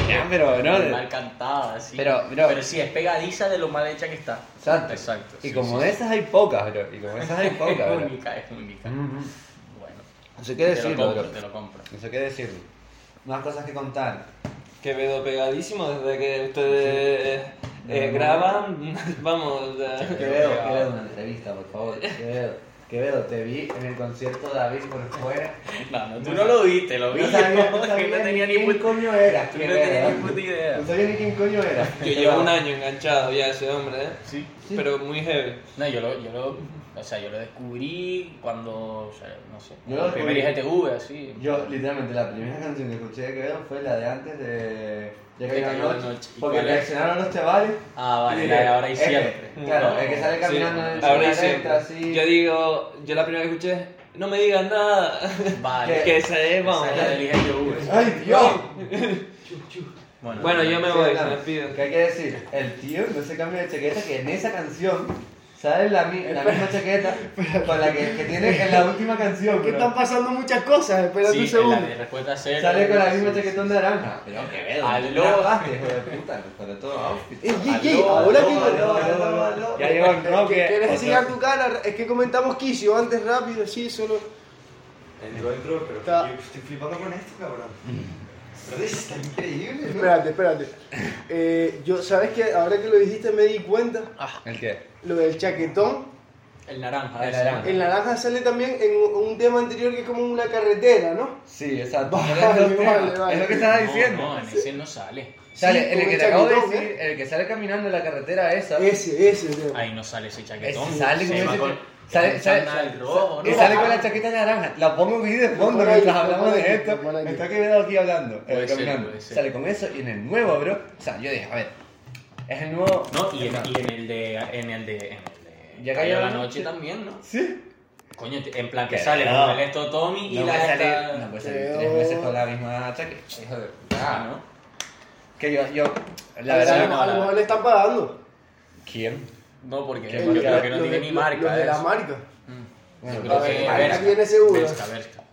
Speaker 1: Ya, pero no.
Speaker 3: Muy mal cantada, sí.
Speaker 1: Pero, bro.
Speaker 3: Pero sí, es pegadiza de lo mal hecha que está.
Speaker 1: Exacto.
Speaker 3: Exacto.
Speaker 1: Y
Speaker 3: sí,
Speaker 1: como
Speaker 3: sí.
Speaker 1: esas hay pocas, bro. Y como esas hay pocas,
Speaker 3: es
Speaker 1: bro. Mm. Mm-hmm.
Speaker 3: única, es única. Bueno,
Speaker 1: No sé qué
Speaker 3: te lo
Speaker 1: decirlo,
Speaker 3: compro,
Speaker 1: bro.
Speaker 3: te lo compro.
Speaker 1: No sé qué decirlo. Más cosas que contar.
Speaker 7: Quevedo pegadísimo desde que ustedes eh, graban. Vamos, o sea,
Speaker 1: Quevedo, Quevedo, una entrevista, por favor. Quevedo, Quevedo, te vi en el concierto de David por fuera.
Speaker 3: No, no, tú no lo viste, lo vi.
Speaker 1: No
Speaker 3: yo,
Speaker 1: sabía, no
Speaker 3: que
Speaker 1: sabía
Speaker 3: no tenía ni
Speaker 1: quién
Speaker 3: puta
Speaker 1: coño era.
Speaker 3: Yo no tenía ni
Speaker 1: Quevedo.
Speaker 3: puta idea.
Speaker 1: No sabía ni quién coño era.
Speaker 7: Yo llevo un año enganchado ya a ese hombre, ¿eh?
Speaker 3: Sí.
Speaker 7: Pero muy heavy.
Speaker 3: No, yo lo, yo lo, o sea, yo lo descubrí cuando, o sea, no sé,
Speaker 1: Yo lo
Speaker 3: el primer
Speaker 1: descubrí.
Speaker 3: IGTV, así.
Speaker 1: Yo, literalmente, la primera canción que escuché de Quevedo fue la de antes de... Ya
Speaker 3: Te
Speaker 1: cayó la
Speaker 3: cayó la
Speaker 1: noche.
Speaker 3: noche. ¿Y
Speaker 1: Porque
Speaker 3: cuál es?
Speaker 1: reaccionaron los chavales.
Speaker 3: Ah, vale,
Speaker 1: y
Speaker 3: la de
Speaker 1: dije,
Speaker 3: ahora y
Speaker 1: "Este".
Speaker 3: siempre.
Speaker 1: Claro,
Speaker 3: No,
Speaker 1: el que sale caminando
Speaker 7: sí,
Speaker 1: en el
Speaker 7: ahora y siempre.
Speaker 1: recta, así.
Speaker 7: Yo digo, yo la primera que escuché es, no me digas nada.
Speaker 3: Vale,
Speaker 7: que esa es, vamos.
Speaker 3: esa es la del IGTV.
Speaker 1: Pues, ¡Ay, Dios!
Speaker 7: Bueno, yo me
Speaker 1: Sí,
Speaker 7: voy, me
Speaker 1: claro.
Speaker 7: despido.
Speaker 1: ¿Qué hay que decir? El tío no se cambia de chaqueta que en esa canción ¿Sabes? La, mi- la misma chaqueta con la que, que tiene en la última canción.
Speaker 2: Que
Speaker 1: bro.
Speaker 2: están pasando muchas cosas, espera
Speaker 3: Sí,
Speaker 2: un
Speaker 3: en la
Speaker 2: segundo.
Speaker 3: de respuesta cero.
Speaker 1: Sale con la misma
Speaker 3: sí. Ah,
Speaker 1: chaquetón de naranja. Pero qué pedo.
Speaker 3: Aló.
Speaker 1: ¿dónde grabaste, hijo de puta? Para todo outfit.
Speaker 2: Eh, Gigi,
Speaker 3: Aló,
Speaker 2: ahora
Speaker 3: aló,
Speaker 2: que lo-
Speaker 3: aló,
Speaker 1: Ya llegó el
Speaker 2: que-
Speaker 1: roque.
Speaker 2: ¿Quieres decir a
Speaker 1: Otro-
Speaker 2: tu cara? Es que comentamos Kisio antes rápido, sí, solo.
Speaker 5: Entró, entró, pero
Speaker 2: Está-
Speaker 5: yo estoy flipando con esto, cabrón. Pero esto está increíble, ¿no?
Speaker 2: Espérate, espérate. Eh, yo, ¿sabes qué? Ahora que lo dijiste me di cuenta,
Speaker 1: ¿El qué?
Speaker 2: lo del chaquetón.
Speaker 3: El naranja.
Speaker 1: El
Speaker 3: ese.
Speaker 1: naranja.
Speaker 2: El naranja sale también en un un tema anterior que es como una carretera, ¿no?
Speaker 1: Sí, exacto. Son
Speaker 2: Vale,
Speaker 1: los dos
Speaker 2: vale,
Speaker 1: temas.
Speaker 2: vale.
Speaker 1: Es lo que estaba
Speaker 3: No,
Speaker 1: diciendo.
Speaker 3: No, en ese no sale.
Speaker 1: Sale
Speaker 2: Sí,
Speaker 1: el
Speaker 2: con
Speaker 1: que
Speaker 2: un
Speaker 1: te acabo de
Speaker 2: chaquetón, ¿eh?
Speaker 1: decir, el que sale caminando en la carretera esa.
Speaker 2: Ese, ese tema.
Speaker 3: Ahí no sale ese
Speaker 1: Ese
Speaker 3: chaquetón.
Speaker 1: sale
Speaker 3: Se
Speaker 1: con
Speaker 3: va
Speaker 1: ese-
Speaker 3: con-
Speaker 1: sale-
Speaker 3: con
Speaker 1: sale-
Speaker 3: chándal rojo,
Speaker 1: Y
Speaker 3: ¿no?
Speaker 1: sale con la chaqueta naranja. La pongo aquí de
Speaker 2: Lo
Speaker 1: fondo
Speaker 2: pone Pues ahí,
Speaker 1: mientras
Speaker 2: lo
Speaker 1: hablamos
Speaker 2: pone
Speaker 1: de
Speaker 2: ahí,
Speaker 1: esto.
Speaker 2: lo pone ahí.
Speaker 1: Me está quedando aquí hablando, eh,
Speaker 3: Puede ser,
Speaker 1: caminando.
Speaker 3: puede ser.
Speaker 1: Sale con eso y en el nuevo, bro. O sea, yo dije, a ver, es el nuevo.
Speaker 3: No, y en, y en el de. En el de. En el de
Speaker 1: Ya
Speaker 3: Cayó
Speaker 1: cayó
Speaker 3: la
Speaker 1: la
Speaker 3: noche también, ¿no?
Speaker 1: Sí.
Speaker 3: Coño, en plan que
Speaker 1: Pero
Speaker 3: sale
Speaker 1: no.
Speaker 3: con el esto Tommy y
Speaker 1: No
Speaker 3: la.
Speaker 1: puede
Speaker 3: esta-
Speaker 1: salir, no puede salir tres
Speaker 2: Quedó-
Speaker 1: veces con la misma chaqueta. Hijo de
Speaker 3: Ah,
Speaker 1: puta.
Speaker 3: ¿no?
Speaker 1: Que yo, yo, la
Speaker 2: A ver, a,
Speaker 3: verdad
Speaker 2: lo-
Speaker 3: no,
Speaker 2: a
Speaker 3: la-
Speaker 2: lo mejor le están pagando.
Speaker 1: ¿Quién?
Speaker 3: No, porque
Speaker 1: Que
Speaker 3: yo
Speaker 1: marca-
Speaker 3: creo que no
Speaker 2: los
Speaker 3: tiene
Speaker 2: de-
Speaker 3: ni
Speaker 2: Los
Speaker 3: marca.
Speaker 2: de la
Speaker 3: eso.
Speaker 2: marca.
Speaker 3: Mm.
Speaker 1: Bueno,
Speaker 3: Yo
Speaker 1: pero
Speaker 3: creo
Speaker 2: a ver,
Speaker 3: que.
Speaker 2: marca
Speaker 3: Bershka,
Speaker 2: viene seguro.
Speaker 3: Bershka, Bershka.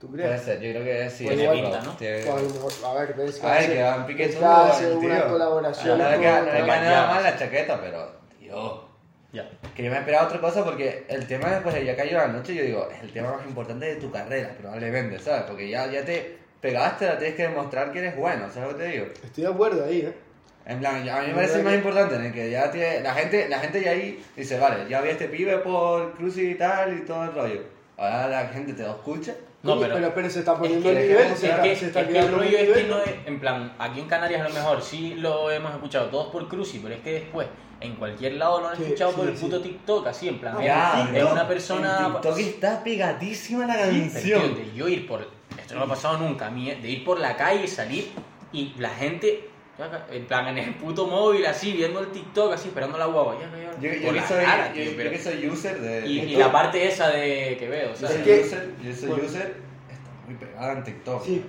Speaker 2: ¿Tú
Speaker 1: Puede
Speaker 2: crees?
Speaker 1: ser, yo creo que sí.
Speaker 3: Tiene
Speaker 1: es
Speaker 3: pinta,
Speaker 1: verdad.
Speaker 3: ¿no?
Speaker 1: Tiene-
Speaker 2: O a lo mejor, a ver, ves que
Speaker 1: A ver,
Speaker 2: hace-
Speaker 1: que van pique
Speaker 2: ves que
Speaker 1: todo,
Speaker 2: hace
Speaker 1: el
Speaker 2: una
Speaker 1: tío.
Speaker 2: colaboración.
Speaker 1: No le queda no
Speaker 2: con-
Speaker 1: le
Speaker 3: Venga,
Speaker 1: queda nada
Speaker 3: ya.
Speaker 1: mal la chaqueta, pero, tío.
Speaker 3: Ya.
Speaker 1: Que yo me esperaba otra cosa porque el tema después de Ya cayó la noche, yo digo, es el tema más importante de tu carrera, probablemente, ¿sabes? Porque ya, ya te pegaste, la tienes que demostrar que eres bueno, ¿sabes lo que te digo?
Speaker 2: Estoy de acuerdo ahí, ¿eh?
Speaker 1: En plan, ya- a mí me
Speaker 2: Es
Speaker 1: parece
Speaker 2: verdad
Speaker 1: más
Speaker 2: que-
Speaker 1: importante en el que ya tiene, la gente, la gente ya ahí dice, vale, ya vi a este pibe por cruci y tal y todo el rollo. Ahora la gente te lo escucha.
Speaker 3: No,
Speaker 2: Coño,
Speaker 3: pero.
Speaker 2: pero, se está poniendo
Speaker 1: es que-
Speaker 2: el nivel,
Speaker 1: es
Speaker 2: se
Speaker 1: que-
Speaker 2: está,
Speaker 3: que,
Speaker 2: se
Speaker 3: es
Speaker 2: está
Speaker 3: que el
Speaker 2: quedando un
Speaker 3: rollo es que
Speaker 2: nivel.
Speaker 3: no es, en plan, aquí en Canarias a lo mejor sí lo hemos escuchado todos por Cruci, pero es que después en cualquier lado no lo han
Speaker 2: Sí,
Speaker 3: escuchado por
Speaker 2: sí,
Speaker 3: el
Speaker 2: sí. Ah,
Speaker 3: puto TikTok, así, en plan, es-
Speaker 1: ya,
Speaker 3: es,
Speaker 1: bro,
Speaker 3: una persona...
Speaker 1: En TikTok está pegadísima la
Speaker 3: Pero, tío,
Speaker 1: canción.
Speaker 3: de yo ir por... Esto no me ha pasado nunca, a mí, de ir por la calle, salir y la gente, en plan, en el puto móvil, así, viendo el TikTok, así, esperando la guagua. ya, ya, ya,
Speaker 1: Yo, yo
Speaker 3: por
Speaker 1: que
Speaker 3: la
Speaker 1: soy,
Speaker 3: cara,
Speaker 1: yo-
Speaker 3: tío,
Speaker 1: yo
Speaker 3: pero-
Speaker 1: que soy user de
Speaker 3: y, y
Speaker 1: TikTok.
Speaker 3: la parte esa de que veo,
Speaker 1: Yo
Speaker 3: ¿sabes?
Speaker 1: soy
Speaker 2: que-
Speaker 1: user, yo soy
Speaker 2: Bueno.
Speaker 1: user, está muy pegada en TikTok.
Speaker 2: Sí.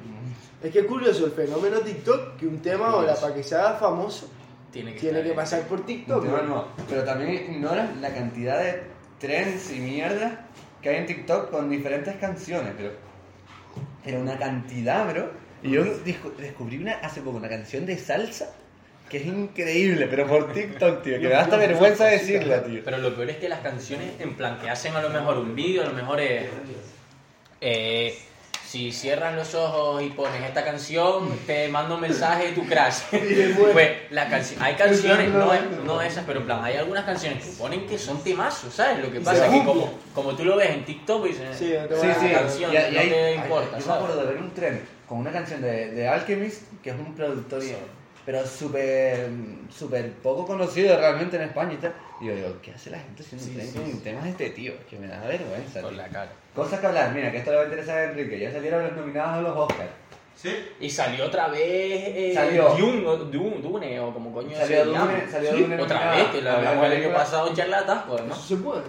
Speaker 2: Es que es curioso el fenómeno TikTok, que un tema ahora para que sea famoso
Speaker 3: tiene que,
Speaker 2: tiene
Speaker 3: estar
Speaker 2: que
Speaker 3: ahí.
Speaker 2: pasar por
Speaker 1: Un
Speaker 2: TikTok.
Speaker 1: tema
Speaker 2: ¿no?
Speaker 1: nuevo. Pero también ignoras la cantidad de trends y mierda que hay en TikTok con diferentes canciones, pero. Pero una cantidad, bro. Y yo discu- descubrí una hace poco, una canción de salsa que es increíble, pero por TikTok, tío, que me da hasta vergüenza decirla, tío.
Speaker 3: Pero lo peor es que las canciones, en plan, que hacen a lo mejor un vídeo, a lo mejor es. eh, si cierras los ojos y pones esta canción, te mando un mensaje de tu crush. pues la canci- hay canciones, no, es- no esas, pero en plan, hay algunas canciones que ponen que son temazos, ¿sabes? Lo que
Speaker 2: Y
Speaker 3: pasa
Speaker 2: se
Speaker 3: es que
Speaker 2: cumple.
Speaker 3: como, como tú lo ves en TikTok, pues, eh, dices,
Speaker 2: Sí, no te
Speaker 1: Sí, eh.
Speaker 2: van a
Speaker 1: sí,
Speaker 2: ganar.
Speaker 3: canción,
Speaker 1: y- y
Speaker 3: no te
Speaker 1: hay-
Speaker 3: importa,
Speaker 1: Yo me
Speaker 3: ¿sabes?
Speaker 1: acuerdo de ver un tren con una canción de, de Alchemist, que es un productor, y- pero súper súper poco conocido realmente en España y tal. Y yo digo, ¿qué hace la gente haciendo un
Speaker 3: Sí,
Speaker 1: tren
Speaker 3: sí,
Speaker 1: con
Speaker 3: sí.
Speaker 1: temas de este tío? Que me da vergüenza.
Speaker 3: Con
Speaker 1: tío.
Speaker 3: la cara.
Speaker 1: Cosas que hablar, mira, que esto le va a interesar a Enrique. Ya salieron los nominados a los Oscars.
Speaker 5: ¿Sí?
Speaker 3: Y salió otra vez. Eh,
Speaker 1: Salió.
Speaker 3: Dune, o- Dune, Dune, o como coño.
Speaker 1: Salió
Speaker 3: se
Speaker 1: Dune,
Speaker 3: llama.
Speaker 1: salió
Speaker 3: Sí,
Speaker 1: Dune
Speaker 3: Otra
Speaker 1: nominada.
Speaker 3: vez, que lo
Speaker 1: A la
Speaker 3: hablamos el año
Speaker 1: película.
Speaker 3: pasado en charlatas, pues, ¿no?
Speaker 2: Eso se puede.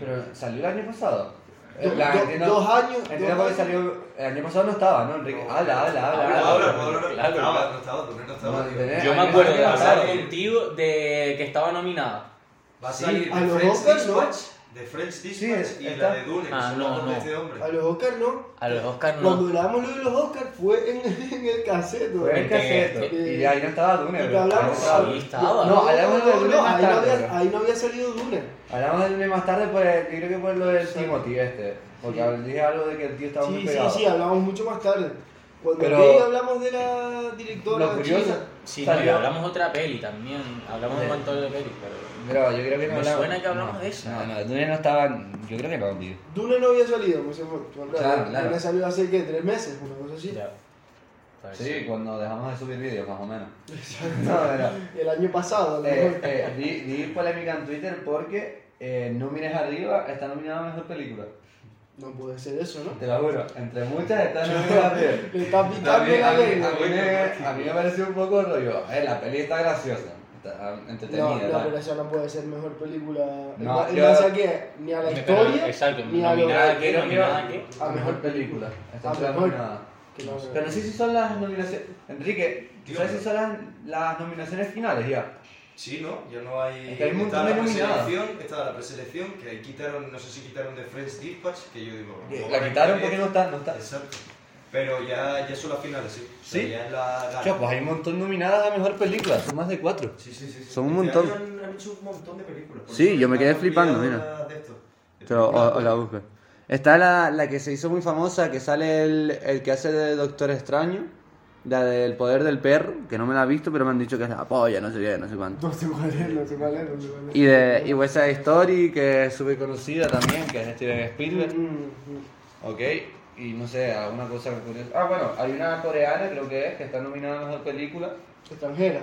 Speaker 1: Pero salió el año pasado.
Speaker 2: Do-
Speaker 1: La-
Speaker 2: do-
Speaker 1: entiendo-
Speaker 2: dos años,
Speaker 1: Entiendo
Speaker 2: dos
Speaker 1: porque
Speaker 2: años.
Speaker 1: salió. El año pasado no estaba, ¿no, Enrique? Habla, habla, habla.
Speaker 5: Habla,
Speaker 1: habla.
Speaker 5: habla, puedo hablar.
Speaker 3: Claro,
Speaker 5: No estaba,
Speaker 3: claro.
Speaker 5: no estaba, tú no
Speaker 1: No,
Speaker 5: estabas, tío.
Speaker 1: tenés-
Speaker 3: Yo me
Speaker 1: Hay
Speaker 3: acuerdo
Speaker 1: que
Speaker 3: de
Speaker 1: pasar,
Speaker 3: hablar
Speaker 5: tío.
Speaker 3: contigo de que estaba nominada.
Speaker 5: Va a
Speaker 1: Sí,
Speaker 5: salir
Speaker 2: a
Speaker 5: The
Speaker 2: los
Speaker 5: French
Speaker 2: Oscars, ¿no?
Speaker 5: Dispatch, The French Dispatch y
Speaker 1: está-
Speaker 5: la de Dune, que
Speaker 3: Ah,
Speaker 5: son
Speaker 3: no,
Speaker 5: los dos
Speaker 3: no.
Speaker 5: de este hombre.
Speaker 2: A los Oscars no.
Speaker 3: A los Oscar
Speaker 2: Cuando
Speaker 3: no.
Speaker 2: grabamos lo de los Oscars fue en, en el cassette. ¿no?
Speaker 1: Fue el
Speaker 3: que-
Speaker 1: cassette.
Speaker 2: que-
Speaker 1: Y ahí no estaba Dune,
Speaker 2: Y que
Speaker 1: bro.
Speaker 2: hablamos-
Speaker 1: Ahí no estaba.
Speaker 3: Sí, estaba.
Speaker 1: No, hablamos de
Speaker 2: no,
Speaker 1: Dune
Speaker 2: no,
Speaker 1: más
Speaker 2: ahí, no
Speaker 1: tarde,
Speaker 2: había,
Speaker 1: bro.
Speaker 2: ahí no había salido Dune.
Speaker 1: Hablamos del más tarde, pues yo creo que por lo del Timothy este. Porque
Speaker 2: Sí.
Speaker 1: dije algo de que el tío estaba muy
Speaker 2: Sí, sí,
Speaker 1: pegado.
Speaker 2: sí, hablamos mucho más tarde. Cuando
Speaker 1: Pero-
Speaker 2: llegue hablamos de la directora
Speaker 1: Lo curioso.
Speaker 2: china.
Speaker 3: Sí, no, y
Speaker 1: salió-
Speaker 3: hablamos otra peli también. Hablamos de un montón de pelis, pero.
Speaker 1: Pero yo creo que no
Speaker 3: Me
Speaker 1: hablamos.
Speaker 3: suena que hablamos
Speaker 1: No,
Speaker 3: de eso.
Speaker 1: No, no, Dune no estaba. Yo creo que no, tío.
Speaker 2: Dune no había salido, pues, se fue. Claro,
Speaker 1: Claro, claro.
Speaker 2: Dune salió hace, ¿qué? ¿Tres meses? Una cosa así.
Speaker 3: Ya. Pues
Speaker 1: Sí, cuando dejamos de subir vídeos, más o menos. No, pero.
Speaker 2: El año pasado, a lo
Speaker 1: Eh,
Speaker 2: mejor.
Speaker 1: eh, di, di polémica en Twitter porque eh, No Mires Arriba está nominada a Mejor Película.
Speaker 2: No puede ser eso, ¿no?
Speaker 1: Te lo juro, entre muchas está nominada a Mejor.
Speaker 2: Le está
Speaker 1: A mí,
Speaker 2: pitando
Speaker 1: a,
Speaker 2: la
Speaker 1: mí,
Speaker 2: lengua.
Speaker 1: a mí me, a mí me pareció un poco rollo. A ver, la peli está graciosa, está um, entretenida.
Speaker 2: No, no,
Speaker 1: tal.
Speaker 2: pero eso no puede ser mejor película.
Speaker 1: No,
Speaker 2: No,
Speaker 1: yo-
Speaker 2: que ni a la
Speaker 3: Pero,
Speaker 2: historia,
Speaker 3: exacto,
Speaker 2: ni a lo
Speaker 3: nominada
Speaker 1: Quiero-
Speaker 3: que,
Speaker 1: quiero-
Speaker 3: nominada que.
Speaker 1: A mejor película. Está
Speaker 2: A
Speaker 1: entre las
Speaker 2: mejor.
Speaker 1: nominadas.
Speaker 2: que no-
Speaker 1: Pero no sé si son las nominaciones. Enrique, ¿tú
Speaker 5: Dígame.
Speaker 1: sabes si son las, las nominaciones finales ya?
Speaker 8: Sí, ¿no? Ya no hay...
Speaker 1: Es que hay un montón
Speaker 8: estaba la
Speaker 1: de nominadas.
Speaker 8: preselección, estaba la preselección, que ahí quitaron, no sé si quitaron de Friends Dispatch, que yo digo... "Oh,
Speaker 1: Eh,
Speaker 8: bueno,
Speaker 1: La quitaron porque no está, no está.
Speaker 8: Exacto. Pero ya, ya son las finales, sí. O sea,
Speaker 1: ¿Sí?
Speaker 8: Ya es la... la-
Speaker 1: Chao, pues hay un montón nominadas a mejor película, son más de cuatro.
Speaker 8: Sí, sí, sí. sí.
Speaker 6: Son un
Speaker 8: Este año
Speaker 6: montón.
Speaker 8: Han, han hecho un montón de películas. por
Speaker 6: Sí,
Speaker 8: eso
Speaker 6: yo me
Speaker 8: han
Speaker 6: quedé flipando,
Speaker 8: olvidado
Speaker 6: mira.
Speaker 8: la- de esto. De
Speaker 6: Te lo-
Speaker 8: películas.
Speaker 6: o- o la busco. Está la, la que se hizo muy famosa, que sale el, el que hace de Doctor Extraño, la del poder del perro, que no me la he visto, pero me han dicho que es la polla, no sé qué, no sé cuánto.
Speaker 2: No sé cuál es, no sé cuál es, no sé cuál es.
Speaker 6: Y de y West Side Story, que es súper conocida también, que es de Steven Spielberg.
Speaker 2: Mm, mm.
Speaker 1: Ok, y no sé, alguna cosa curiosa. Ah, bueno, hay una coreana, creo que es, que está nominada a mejor película.
Speaker 2: Extranjera.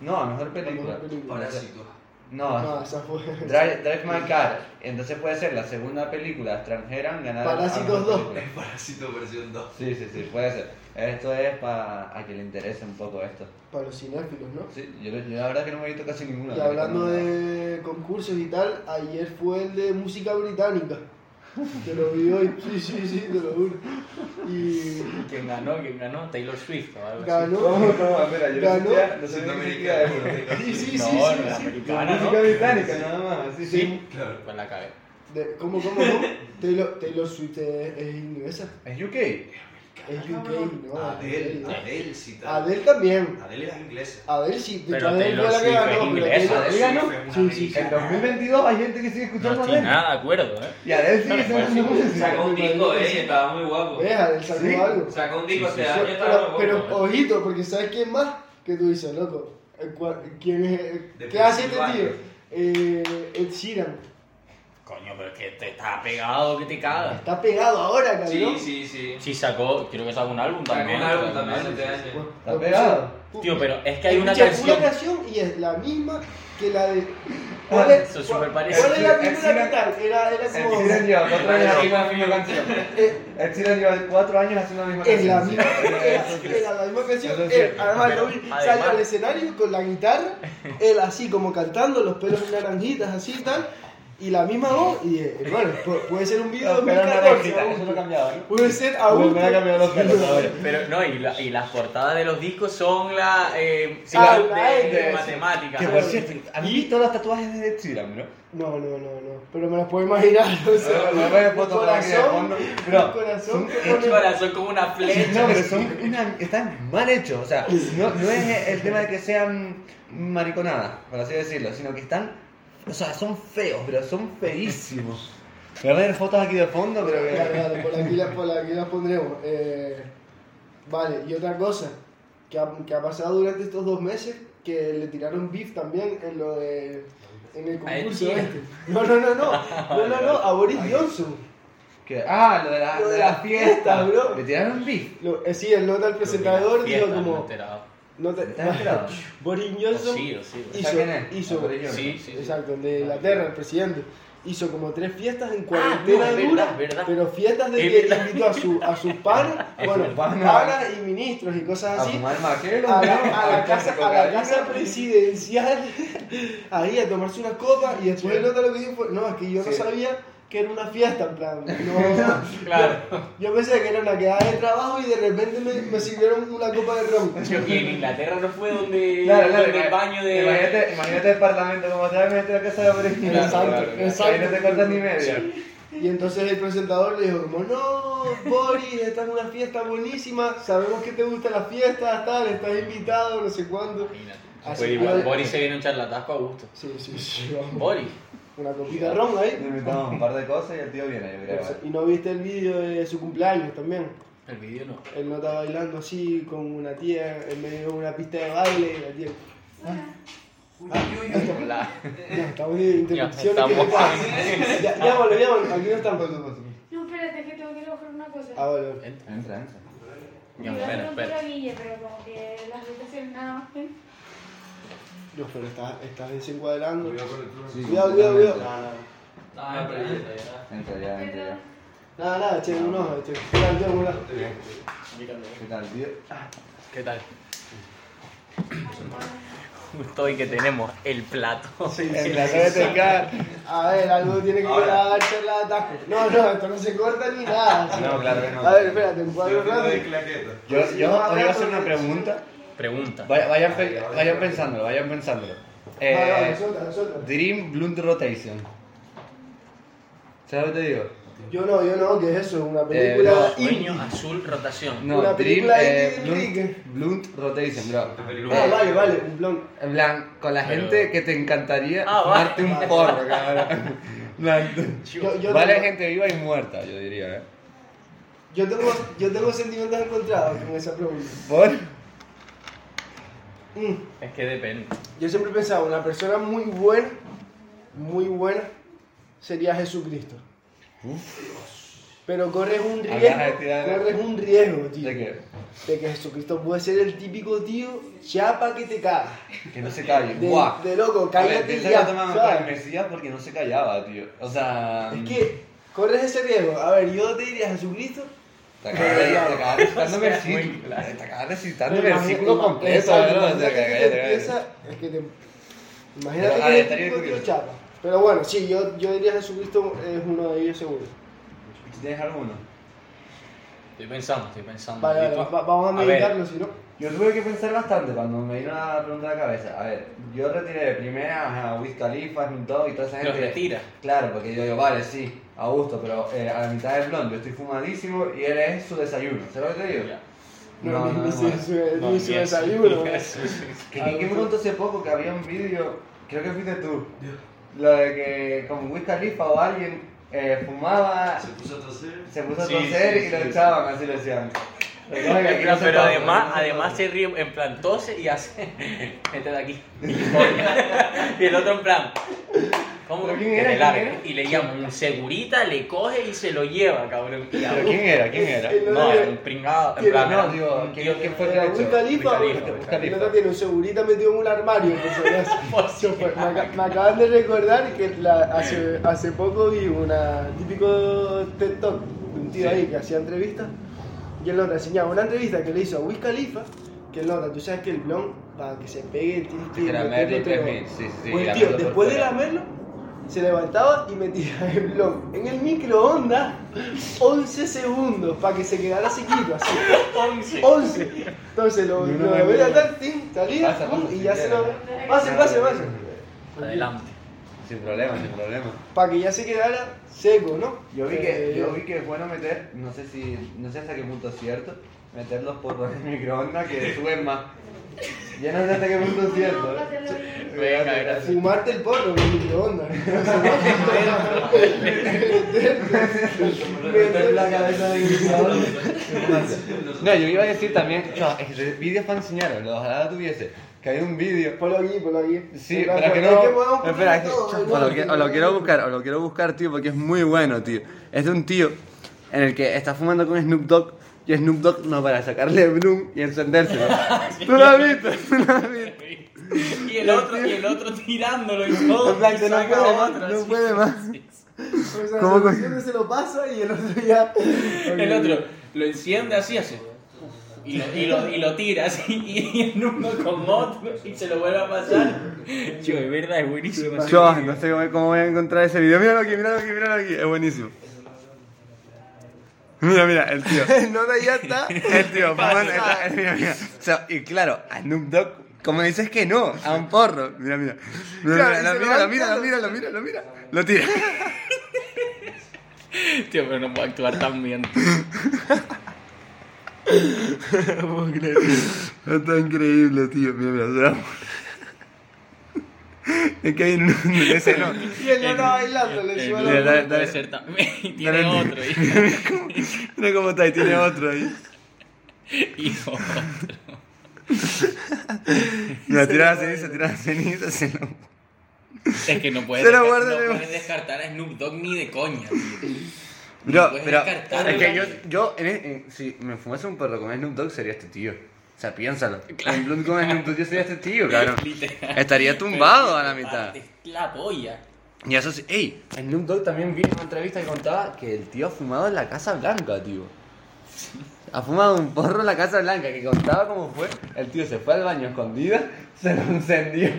Speaker 1: No, a mejor película. ah.
Speaker 2: Mejor película.
Speaker 8: Parásito.
Speaker 2: No,
Speaker 1: No,
Speaker 2: esa fue.
Speaker 1: Drive, Drive My Car. Entonces puede ser la segunda película extranjera en ganar. a
Speaker 2: Parásitos
Speaker 1: mejor
Speaker 2: 2.
Speaker 1: película.
Speaker 8: Parásito versión 2.
Speaker 1: Sí, sí, sí, puede ser. Esto es para a que le interese un poco esto.
Speaker 2: Para los cinéfilos, ¿no?
Speaker 1: Sí, yo, yo la verdad que no me he visto casi ninguna.
Speaker 2: Y hablando de concursos y tal, ayer fue el de música británica. Te lo vi hoy, sí, sí, sí, te lo juro. Y
Speaker 3: ¿Quién ganó? ¿Quién ganó? Taylor Swift o algo así.
Speaker 2: ganó.
Speaker 1: no, espera,
Speaker 2: yo no Ganó. sabía-
Speaker 1: no
Speaker 8: Siendo americano.
Speaker 2: Sí, sí, sí,
Speaker 3: no,
Speaker 2: sí,
Speaker 3: no, la
Speaker 2: sí.
Speaker 3: americana, ¿no?
Speaker 1: británica, nada más. Ah, Sí,
Speaker 3: Sí,
Speaker 8: Claro.
Speaker 3: pues la cagué.
Speaker 2: De- ¿Cómo, cómo, cómo? Taylor, Taylor Swift es, es inglesa.
Speaker 1: ¿Es UK?
Speaker 2: Es UK, ¿no?
Speaker 8: Adele,
Speaker 2: Adele,
Speaker 8: Adele sí
Speaker 2: ¿no?
Speaker 8: tal.
Speaker 2: Adele también.
Speaker 8: Adele es inglesa.
Speaker 2: Adele sí,
Speaker 3: Pero
Speaker 2: Adele
Speaker 3: Taylor
Speaker 2: fue la que
Speaker 3: Swift
Speaker 2: ganó,
Speaker 3: es
Speaker 2: pero
Speaker 3: inglesa.
Speaker 2: Taylor-
Speaker 8: Adele
Speaker 1: ganó?
Speaker 8: fue una
Speaker 2: Sí, sí, sí.
Speaker 8: americana.
Speaker 1: En 2022 hay gente que sigue
Speaker 3: No
Speaker 1: escuchando
Speaker 3: estoy
Speaker 1: a
Speaker 3: nada de acuerdo, ¿eh?
Speaker 1: Y Adele sigue
Speaker 3: Claro,
Speaker 1: siendo
Speaker 3: pues,
Speaker 1: una música.
Speaker 7: Sacó un disco, eh, y estaba muy guapo.
Speaker 2: ¿Ves? Adele sacó
Speaker 1: Sí.
Speaker 2: algo.
Speaker 7: Sacó un disco
Speaker 3: Sí, sí,
Speaker 7: este
Speaker 3: sí.
Speaker 7: año,
Speaker 2: Pero,
Speaker 7: estaba muy
Speaker 2: pero
Speaker 7: guapo.
Speaker 2: ojito, porque ¿sabes quién más? Que tú dices, loco. Eh, cua- ¿Quién es? eh,
Speaker 8: De
Speaker 2: ¿Qué hace este
Speaker 8: Pensilvania.
Speaker 2: tío? Eh, Ed Sheeran.
Speaker 3: Coño, pero es que te está pegado que te cagas.
Speaker 2: Está pegado ahora, cabrón.
Speaker 7: Sí, sí, sí.
Speaker 3: Sí, sacó, creo que sacó un álbum
Speaker 7: Sacó
Speaker 3: también.
Speaker 7: un álbum
Speaker 3: sacó un
Speaker 7: también
Speaker 3: álbum.
Speaker 7: este año.
Speaker 2: Bueno,
Speaker 1: Está
Speaker 2: lo
Speaker 1: pegado.
Speaker 2: pusieron.
Speaker 3: Tío, pero es que hay una
Speaker 2: Escucha,
Speaker 3: canción. Ah,
Speaker 2: Una canción y es la misma que la de.
Speaker 3: Eso es
Speaker 2: cuál-
Speaker 3: súper parecido.
Speaker 2: ¿Cuál es la
Speaker 1: Ed
Speaker 2: primera
Speaker 1: Sheeran-
Speaker 2: que tal? Era, era
Speaker 1: Ed
Speaker 2: como.
Speaker 1: Sheeran lleva cuatro años haciendo la misma canción.
Speaker 2: eh,
Speaker 1: Ed Sheeran lleva cuatro años haciendo la misma
Speaker 2: Es la
Speaker 1: canción.
Speaker 2: misma, era, era la misma canción.
Speaker 1: Eso es
Speaker 2: él,
Speaker 1: cierto.
Speaker 2: además,
Speaker 3: Pero,
Speaker 2: lo vi,
Speaker 3: además-
Speaker 2: salió al escenario con la guitarra, él así como cantando, los pelos naranjitas, así y tal, y la misma voz. Y eh, bueno, pu- puede ser un video
Speaker 1: Los
Speaker 2: de
Speaker 1: pelos
Speaker 2: 2014.
Speaker 1: naranjitas, eso
Speaker 2: aún.
Speaker 1: no cambiaba, ¿no?
Speaker 2: Puede ser aún.
Speaker 1: Me ha cambiado los pelos ahora.
Speaker 3: Pero no, y, la- y las portadas de los discos son la, eh, sí,
Speaker 2: Ah,
Speaker 3: la-
Speaker 2: la
Speaker 3: de,
Speaker 2: de-
Speaker 3: de matemáticas.
Speaker 1: Que por cierto, a mí todos los tatuajes de Ed Sheeran, ¿no?
Speaker 2: No, no, no, no. Pero me las puedo imaginar. O sea,
Speaker 1: No, no, no, no,
Speaker 2: un
Speaker 1: foto por aquí de
Speaker 2: corazón,
Speaker 1: fondo. Pero
Speaker 2: un corazón que
Speaker 3: El
Speaker 2: pone-
Speaker 3: corazón como una flecha.
Speaker 1: No, pero son una- están mal hechos, o sea, no, no es el tema de que sean mariconadas, por así decirlo, sino que están, o sea, son feos, pero son feísimos. Voy a ver fotos aquí de fondo, pero
Speaker 2: Vale,
Speaker 1: que...
Speaker 2: vale, por aquí las por aquí las pondremos. Eh, vale, y otra cosa que ha, que ha pasado durante estos dos meses, que le tiraron beef también en lo de. En el
Speaker 3: A Ed
Speaker 2: concurso
Speaker 3: Sheeran.
Speaker 2: este. No, no, no, no. No, no, no. A Boris Johnson.
Speaker 1: que- ah, lo de la,
Speaker 2: Lo de
Speaker 1: de la
Speaker 2: las
Speaker 1: fiesta,
Speaker 2: fiestas, bro.
Speaker 1: Le tiraron beef.
Speaker 2: Lo- eh, sí, el nota al presentador
Speaker 3: Fiesta,
Speaker 2: dijo
Speaker 3: me he
Speaker 2: como.
Speaker 3: enterado.
Speaker 2: No te,
Speaker 1: ¿Estás enterado?
Speaker 2: Boris
Speaker 3: O
Speaker 2: Johnson.
Speaker 3: Sí, o sí.
Speaker 2: Hizo-
Speaker 1: ¿Sabes quién es?
Speaker 2: hizo-
Speaker 1: Ah, por ello.
Speaker 3: Sí, sí, sí.
Speaker 2: Exacto, el de Inglaterra, el presidente. Hizo como tres fiestas en
Speaker 3: Ah, no,
Speaker 2: cuarentena
Speaker 3: es verdad,
Speaker 2: dura,
Speaker 3: es verdad.
Speaker 2: pero fiestas de
Speaker 3: Es
Speaker 2: que
Speaker 3: verdad.
Speaker 2: invitó a, su, a sus panas, bueno,
Speaker 1: sus panas.
Speaker 2: panas y ministros y cosas
Speaker 1: A
Speaker 2: así,
Speaker 1: fumar maquero,
Speaker 2: a la,
Speaker 1: ¿no?
Speaker 2: a la
Speaker 1: A
Speaker 2: casa, a la
Speaker 1: cocaína.
Speaker 2: casa presidencial, ahí a tomarse unas copas y después el otro lo que dijo fue, no, es que yo no
Speaker 1: Sí.
Speaker 2: sabía que era una fiesta, en plan, no,
Speaker 3: Claro.
Speaker 2: yo pensé que era una quedada de trabajo y de repente me, me sirvieron una copa de ron.
Speaker 3: Y en Inglaterra no fue donde,
Speaker 1: Claro, claro,
Speaker 3: donde el
Speaker 1: ima-
Speaker 3: baño de.
Speaker 1: Imagínate, imagínate el parlamento como estaba, imagínate la casa de Boris
Speaker 2: Exacto, exacto.
Speaker 1: Ahí no te cortas ni media.
Speaker 2: Y entonces el presentador le dijo como, no, Boris, esta es una fiesta buenísima, sabemos que te gustan las fiestas, tal, estás invitado, no sé cuándo.
Speaker 3: Imagínate.
Speaker 2: Así
Speaker 3: Fue igual.
Speaker 2: que-
Speaker 3: Boris se viene un charlatasco a gusto.
Speaker 2: Sí, sí, sí, vamos.
Speaker 3: Boris.
Speaker 2: Una copita de ron
Speaker 1: Le
Speaker 2: ahí.
Speaker 1: invitamos un par de cosas y el tío viene, yo creo.
Speaker 2: Y no viste el vídeo de su cumpleaños también.
Speaker 3: El vídeo no.
Speaker 2: Él no está bailando así con una tía en medio de una pista de baile y la tía.
Speaker 3: La-
Speaker 2: Ya, estamos en interrupciones.
Speaker 3: Ya,
Speaker 2: que
Speaker 3: estamos.
Speaker 2: le pasa. Ya, Llámalo, llámalo, aquí no estamos.
Speaker 9: No, espérate, es que tengo que ir a buscar una cosa.
Speaker 2: Ah, vale, vale.
Speaker 1: Entra, entra.
Speaker 9: Yo iba a
Speaker 3: Espera,
Speaker 9: preguntar a
Speaker 3: espera.
Speaker 9: Guille, pero como que las habitaciones nada más que...
Speaker 2: No, pero estás, estás desencuadrando.
Speaker 8: Cuidado con el club.
Speaker 1: Sí,
Speaker 2: Cuidado, cuidado, cuidado.
Speaker 1: completamente.
Speaker 2: Nada,
Speaker 7: Ah,
Speaker 2: nada.
Speaker 7: pero ya está, ya está.
Speaker 1: Entra ya, entra ya.
Speaker 2: Nada, nada, echen un ojo, echen un ojo, un ojo.
Speaker 1: ¿Qué tal, tío?
Speaker 3: ¿Qué tal? Justo hoy que tenemos el plato.
Speaker 1: En la sala de tocar.
Speaker 2: A ver, algo tiene que
Speaker 8: Ahora.
Speaker 2: grabar charla de atajo. No, no, esto no se corta ni nada.
Speaker 1: Ah, No, claro que no.
Speaker 2: A ver, espérate, un
Speaker 8: Estoy
Speaker 2: cuadro
Speaker 8: haciendo de
Speaker 2: rápido.
Speaker 8: claqueta.
Speaker 1: Ah, Yo, yo os voy a hacer una pregunta.
Speaker 3: Pregunta.
Speaker 1: Vaya- Vayan, pe- vayan pensándolo, vayan pensándolo. Eh,
Speaker 2: Vale, vale, suéltalo, suéltalo.
Speaker 1: Dream Bloom Rotation. ¿Sabes lo que te digo?
Speaker 2: Yo no, yo no, ¿qué es eso? Una
Speaker 1: no,
Speaker 2: película indie.
Speaker 3: Sueño azul rotación.
Speaker 1: No,
Speaker 2: Una
Speaker 1: Dream
Speaker 2: película
Speaker 1: eh,
Speaker 2: indie
Speaker 1: Blunt,
Speaker 2: Enrique.
Speaker 1: Blunt Rotation, bro.
Speaker 2: Ah, vale, vale, un blon.
Speaker 1: En plan, con la
Speaker 3: Pero-
Speaker 1: gente que te encantaría
Speaker 3: Ah, vale.
Speaker 1: fumarte un porro, cabrón. En plan,
Speaker 2: Yo, yo
Speaker 1: vale
Speaker 2: tengo,
Speaker 1: gente viva y muerta, yo diría, ¿eh?
Speaker 2: Yo tengo, yo tengo sentimientos encontrados con esa pregunta.
Speaker 1: ¿Por?
Speaker 2: Mm,
Speaker 3: Es que depende.
Speaker 2: Yo siempre he pensado, una persona muy buena, muy buena, sería Jesucristo. Pero corres un
Speaker 1: Hablas
Speaker 2: riesgo,
Speaker 1: de tirar-
Speaker 2: corres un riesgo, tío.
Speaker 1: ¿De qué?
Speaker 2: de que Jesucristo puede ser el típico tío chapa que te caga.
Speaker 1: Que no se calle.
Speaker 2: De,
Speaker 1: Guau.
Speaker 2: de loco,
Speaker 1: A ver,
Speaker 2: cállate y
Speaker 1: piensa que
Speaker 2: ya,
Speaker 1: toma el
Speaker 2: ¿sabes?
Speaker 1: Mesías porque no se callaba, tío. O sea... mm,
Speaker 2: Es que corres ese riesgo. A ver, yo te diría Jesucristo.
Speaker 1: Te acabas de- te acabas
Speaker 3: O sea,
Speaker 1: de recitar
Speaker 3: muy
Speaker 1: versículos.
Speaker 3: claro.
Speaker 1: Te acabas de recitar el
Speaker 2: Imagina-
Speaker 1: versículo
Speaker 2: ima-
Speaker 1: completo,
Speaker 2: exacto,
Speaker 1: bro. O sea,
Speaker 2: imagínate
Speaker 1: que-
Speaker 2: que te
Speaker 1: que-
Speaker 2: empieza- es que te- Imagínate
Speaker 1: Pero, a ver,
Speaker 2: que es el
Speaker 1: estaría
Speaker 2: típico tío
Speaker 1: curioso.
Speaker 2: chapa. Pero bueno, sí, yo, yo diría Jesucristo es uno de ellos seguro.
Speaker 1: ¿Tienes alguno?
Speaker 3: Estoy pensando, estoy pensando.
Speaker 2: Vale,
Speaker 3: ¿Y
Speaker 2: vale,
Speaker 3: tú?
Speaker 2: va- va- vamos a
Speaker 3: Ah, A ver.
Speaker 2: meditarlo, si no.
Speaker 1: Yo tuve que pensar bastante cuando me vino la pregunta a la cabeza. A ver, yo retiré de primera a Wiz Khalifa, Snoop Dogg y toda esa gente.
Speaker 3: Los retira.
Speaker 1: Claro, porque yo digo, vale, sí, a gusto, pero eh, a la mitad del blond yo estoy fumadísimo y él es su desayuno. ¿Sabes lo que te digo?
Speaker 3: Ya.
Speaker 2: No, ni- ni
Speaker 1: no,
Speaker 2: se- se-
Speaker 3: No,
Speaker 2: ni
Speaker 3: ni
Speaker 2: se
Speaker 3: eso,
Speaker 2: desayuno.
Speaker 3: ni eso, sí, sí.
Speaker 1: Que Kiki me contó hace poco que había un vídeo, creo que fuiste tú, lo de que como Wiz Khalifa o alguien eh, fumaba,
Speaker 8: Se puso a toser.
Speaker 1: se puso a
Speaker 3: Sí,
Speaker 1: toser
Speaker 3: sí,
Speaker 1: y lo
Speaker 3: sí.
Speaker 1: echaban, así lo decían.
Speaker 3: Pero, pero además, además se ríe en plan tose y hace. Vete de aquí. y el otro en plan. ¿Cómo
Speaker 1: ¿Pero
Speaker 3: que
Speaker 1: quién era?
Speaker 3: te
Speaker 1: ¿Quién
Speaker 3: largue?
Speaker 1: era?
Speaker 3: Y le llama un segurita, le coge y se lo lleva, cabrón. Y
Speaker 1: ¿Pero quién era? ¿Quién era?
Speaker 2: El
Speaker 3: No,
Speaker 2: otro-
Speaker 3: era un pringado. En
Speaker 2: ¿Quién?
Speaker 3: plan,
Speaker 1: No,
Speaker 3: era
Speaker 1: digo,
Speaker 3: un
Speaker 1: ¿quién,
Speaker 3: tío que
Speaker 1: quién fue el
Speaker 2: Era
Speaker 1: que
Speaker 2: un
Speaker 1: lo echó?
Speaker 2: califa,
Speaker 1: Wiz
Speaker 2: güey.
Speaker 1: Wiz
Speaker 2: El
Speaker 1: Khalifa.
Speaker 2: otro tiene un segurita metido en un armario. por si acaso. Yo, pues, me, aca- me acaban de recordar que la- hace, hace poco vi una típico TED Talk de un tío ahí que hacía entrevistas y el otro enseñaba una entrevista que le hizo a Wiz Khalifa que el otro, tú sabes que el blon para que se pegue tienes que
Speaker 1: que lamerlo
Speaker 2: meterlo
Speaker 1: y
Speaker 2: todo.
Speaker 1: tres mil, sí, sí, sí,
Speaker 2: Pues,
Speaker 1: lamerlo
Speaker 2: tío,
Speaker 1: por
Speaker 2: después de
Speaker 1: fuera.
Speaker 2: lamerlo se levantaba y metía el blon en el microondas 11 segundos para que se quedara sequito así
Speaker 3: 11.
Speaker 2: 11 Entonces
Speaker 1: No,
Speaker 2: lo, lo,
Speaker 1: no, no,
Speaker 2: voy
Speaker 1: no.
Speaker 2: a dar, tin, salía
Speaker 1: Pasa,
Speaker 2: pum,
Speaker 1: pasa,
Speaker 2: y
Speaker 1: si
Speaker 2: ya se lo.
Speaker 1: quieres.
Speaker 2: Pase, pase, pase.
Speaker 3: Adelante.
Speaker 1: Sin problema, sin problema.
Speaker 2: Para que ya se quedara seco, ¿no?
Speaker 1: Yo vi, que,
Speaker 2: Eh,
Speaker 1: yo vi que es bueno meter, no sé si, no sé hasta qué punto es cierto, meter los porros en el microondas que suben más. Ya no sé hasta qué punto es cierto.
Speaker 9: No,
Speaker 1: ¿eh?
Speaker 9: pásalo bien.
Speaker 3: Venga, gracias.
Speaker 2: Fumarte el porro en el microondas.
Speaker 1: Meter la cabeza de microondas. No, yo iba a decir también, no, ese vídeo para enseñaros, ojalá lo tuviese, que hay un vídeo.
Speaker 2: Ponlo aquí, ponlo aquí.
Speaker 1: Sí,
Speaker 2: Espera,
Speaker 1: pero que
Speaker 2: hay
Speaker 1: no.
Speaker 2: poner un
Speaker 1: Espera, es que-
Speaker 2: poquito,
Speaker 1: o
Speaker 6: O
Speaker 2: ¿no?
Speaker 6: lo, que- o lo quiero buscar, o lo quiero buscar, tío, porque es muy bueno, tío. Es de un tío en el que está fumando con Snoop Dogg y Snoop Dogg no para sacarle Bloom y encendérselo. ¿Tú lo has visto? ¿Tú lo has visto?
Speaker 3: Y el otro, y el otro tirándolo y todo.
Speaker 6: En plan,
Speaker 3: y
Speaker 6: que no
Speaker 3: saca
Speaker 6: puede más,
Speaker 3: otro,
Speaker 6: no
Speaker 3: sí,
Speaker 6: puede más.
Speaker 3: sí, sí.
Speaker 2: O sea,
Speaker 6: ¿Cómo
Speaker 2: se lo
Speaker 6: que-
Speaker 2: enciende, se lo pasa y el otro ya.
Speaker 3: El otro lo enciende así, así. Y lo, y lo, y lo tira así, y, y en uno con otro, y se lo vuelve a pasar. Yo, de verdad, es buenísimo. ese
Speaker 6: Yo,
Speaker 3: vídeo.
Speaker 6: no sé cómo, cómo voy a encontrar ese video. Míralo aquí, míralo aquí, míralo aquí. Es buenísimo. Mira, mira, el tío.
Speaker 2: No, no, ya está.
Speaker 6: El tío, fumando- está- mira, mira. O sea, y claro, a Snoop Dogg, como dices que no, a un porro. Mira, mira. Mira,
Speaker 2: Claro, y
Speaker 6: mira,
Speaker 2: se lo
Speaker 6: mira,
Speaker 2: va
Speaker 6: mira,
Speaker 2: quitando.
Speaker 6: mira, lo mira, lo mira. Lo tira.
Speaker 3: Tío, pero no puedo actuar tan bien.
Speaker 6: No puedo creer. Está increíble, tío. Mira, mira, se va. Es que hay un. Ese no.
Speaker 2: Y el otro bailando, le
Speaker 3: Eh,
Speaker 2: lleva
Speaker 3: no,
Speaker 6: Dale,
Speaker 2: la.
Speaker 6: dale,
Speaker 3: no
Speaker 6: dale.
Speaker 3: puede ser tan- Y tiene
Speaker 6: Dale,
Speaker 3: otro,
Speaker 6: Mira cómo está, y tiene otro ahí.
Speaker 3: y, y otro.
Speaker 6: Mira, tira la ceniza, tira la ceniza, se lo.
Speaker 3: Es que no puedes,
Speaker 6: Se lo
Speaker 3: desca-
Speaker 6: guarda en el-
Speaker 3: no puedes descartar a Snoop Dogg ni de coña, tío.
Speaker 6: Bro,
Speaker 3: Puedes
Speaker 6: pero
Speaker 3: descartar
Speaker 6: es que yo,
Speaker 3: algo.
Speaker 6: yo en, e, en- si me fumase un perro con Snoop Dogg sería este tío. O sea, piénsalo. En Blood con Snoop Dogg yo sería este tío, cabrón.
Speaker 3: Literal.
Speaker 6: Estaría tumbado a la mitad.
Speaker 3: Partes La polla.
Speaker 6: Y eso sí, ey, Snoop Dogg también vi en una entrevista que contaba que el tío ha fumado en la Casa Blanca, tío. Ha fumado un porro en la Casa Blanca, que contaba cómo fue.
Speaker 1: El tío se fue al baño escondida, se lo encendió.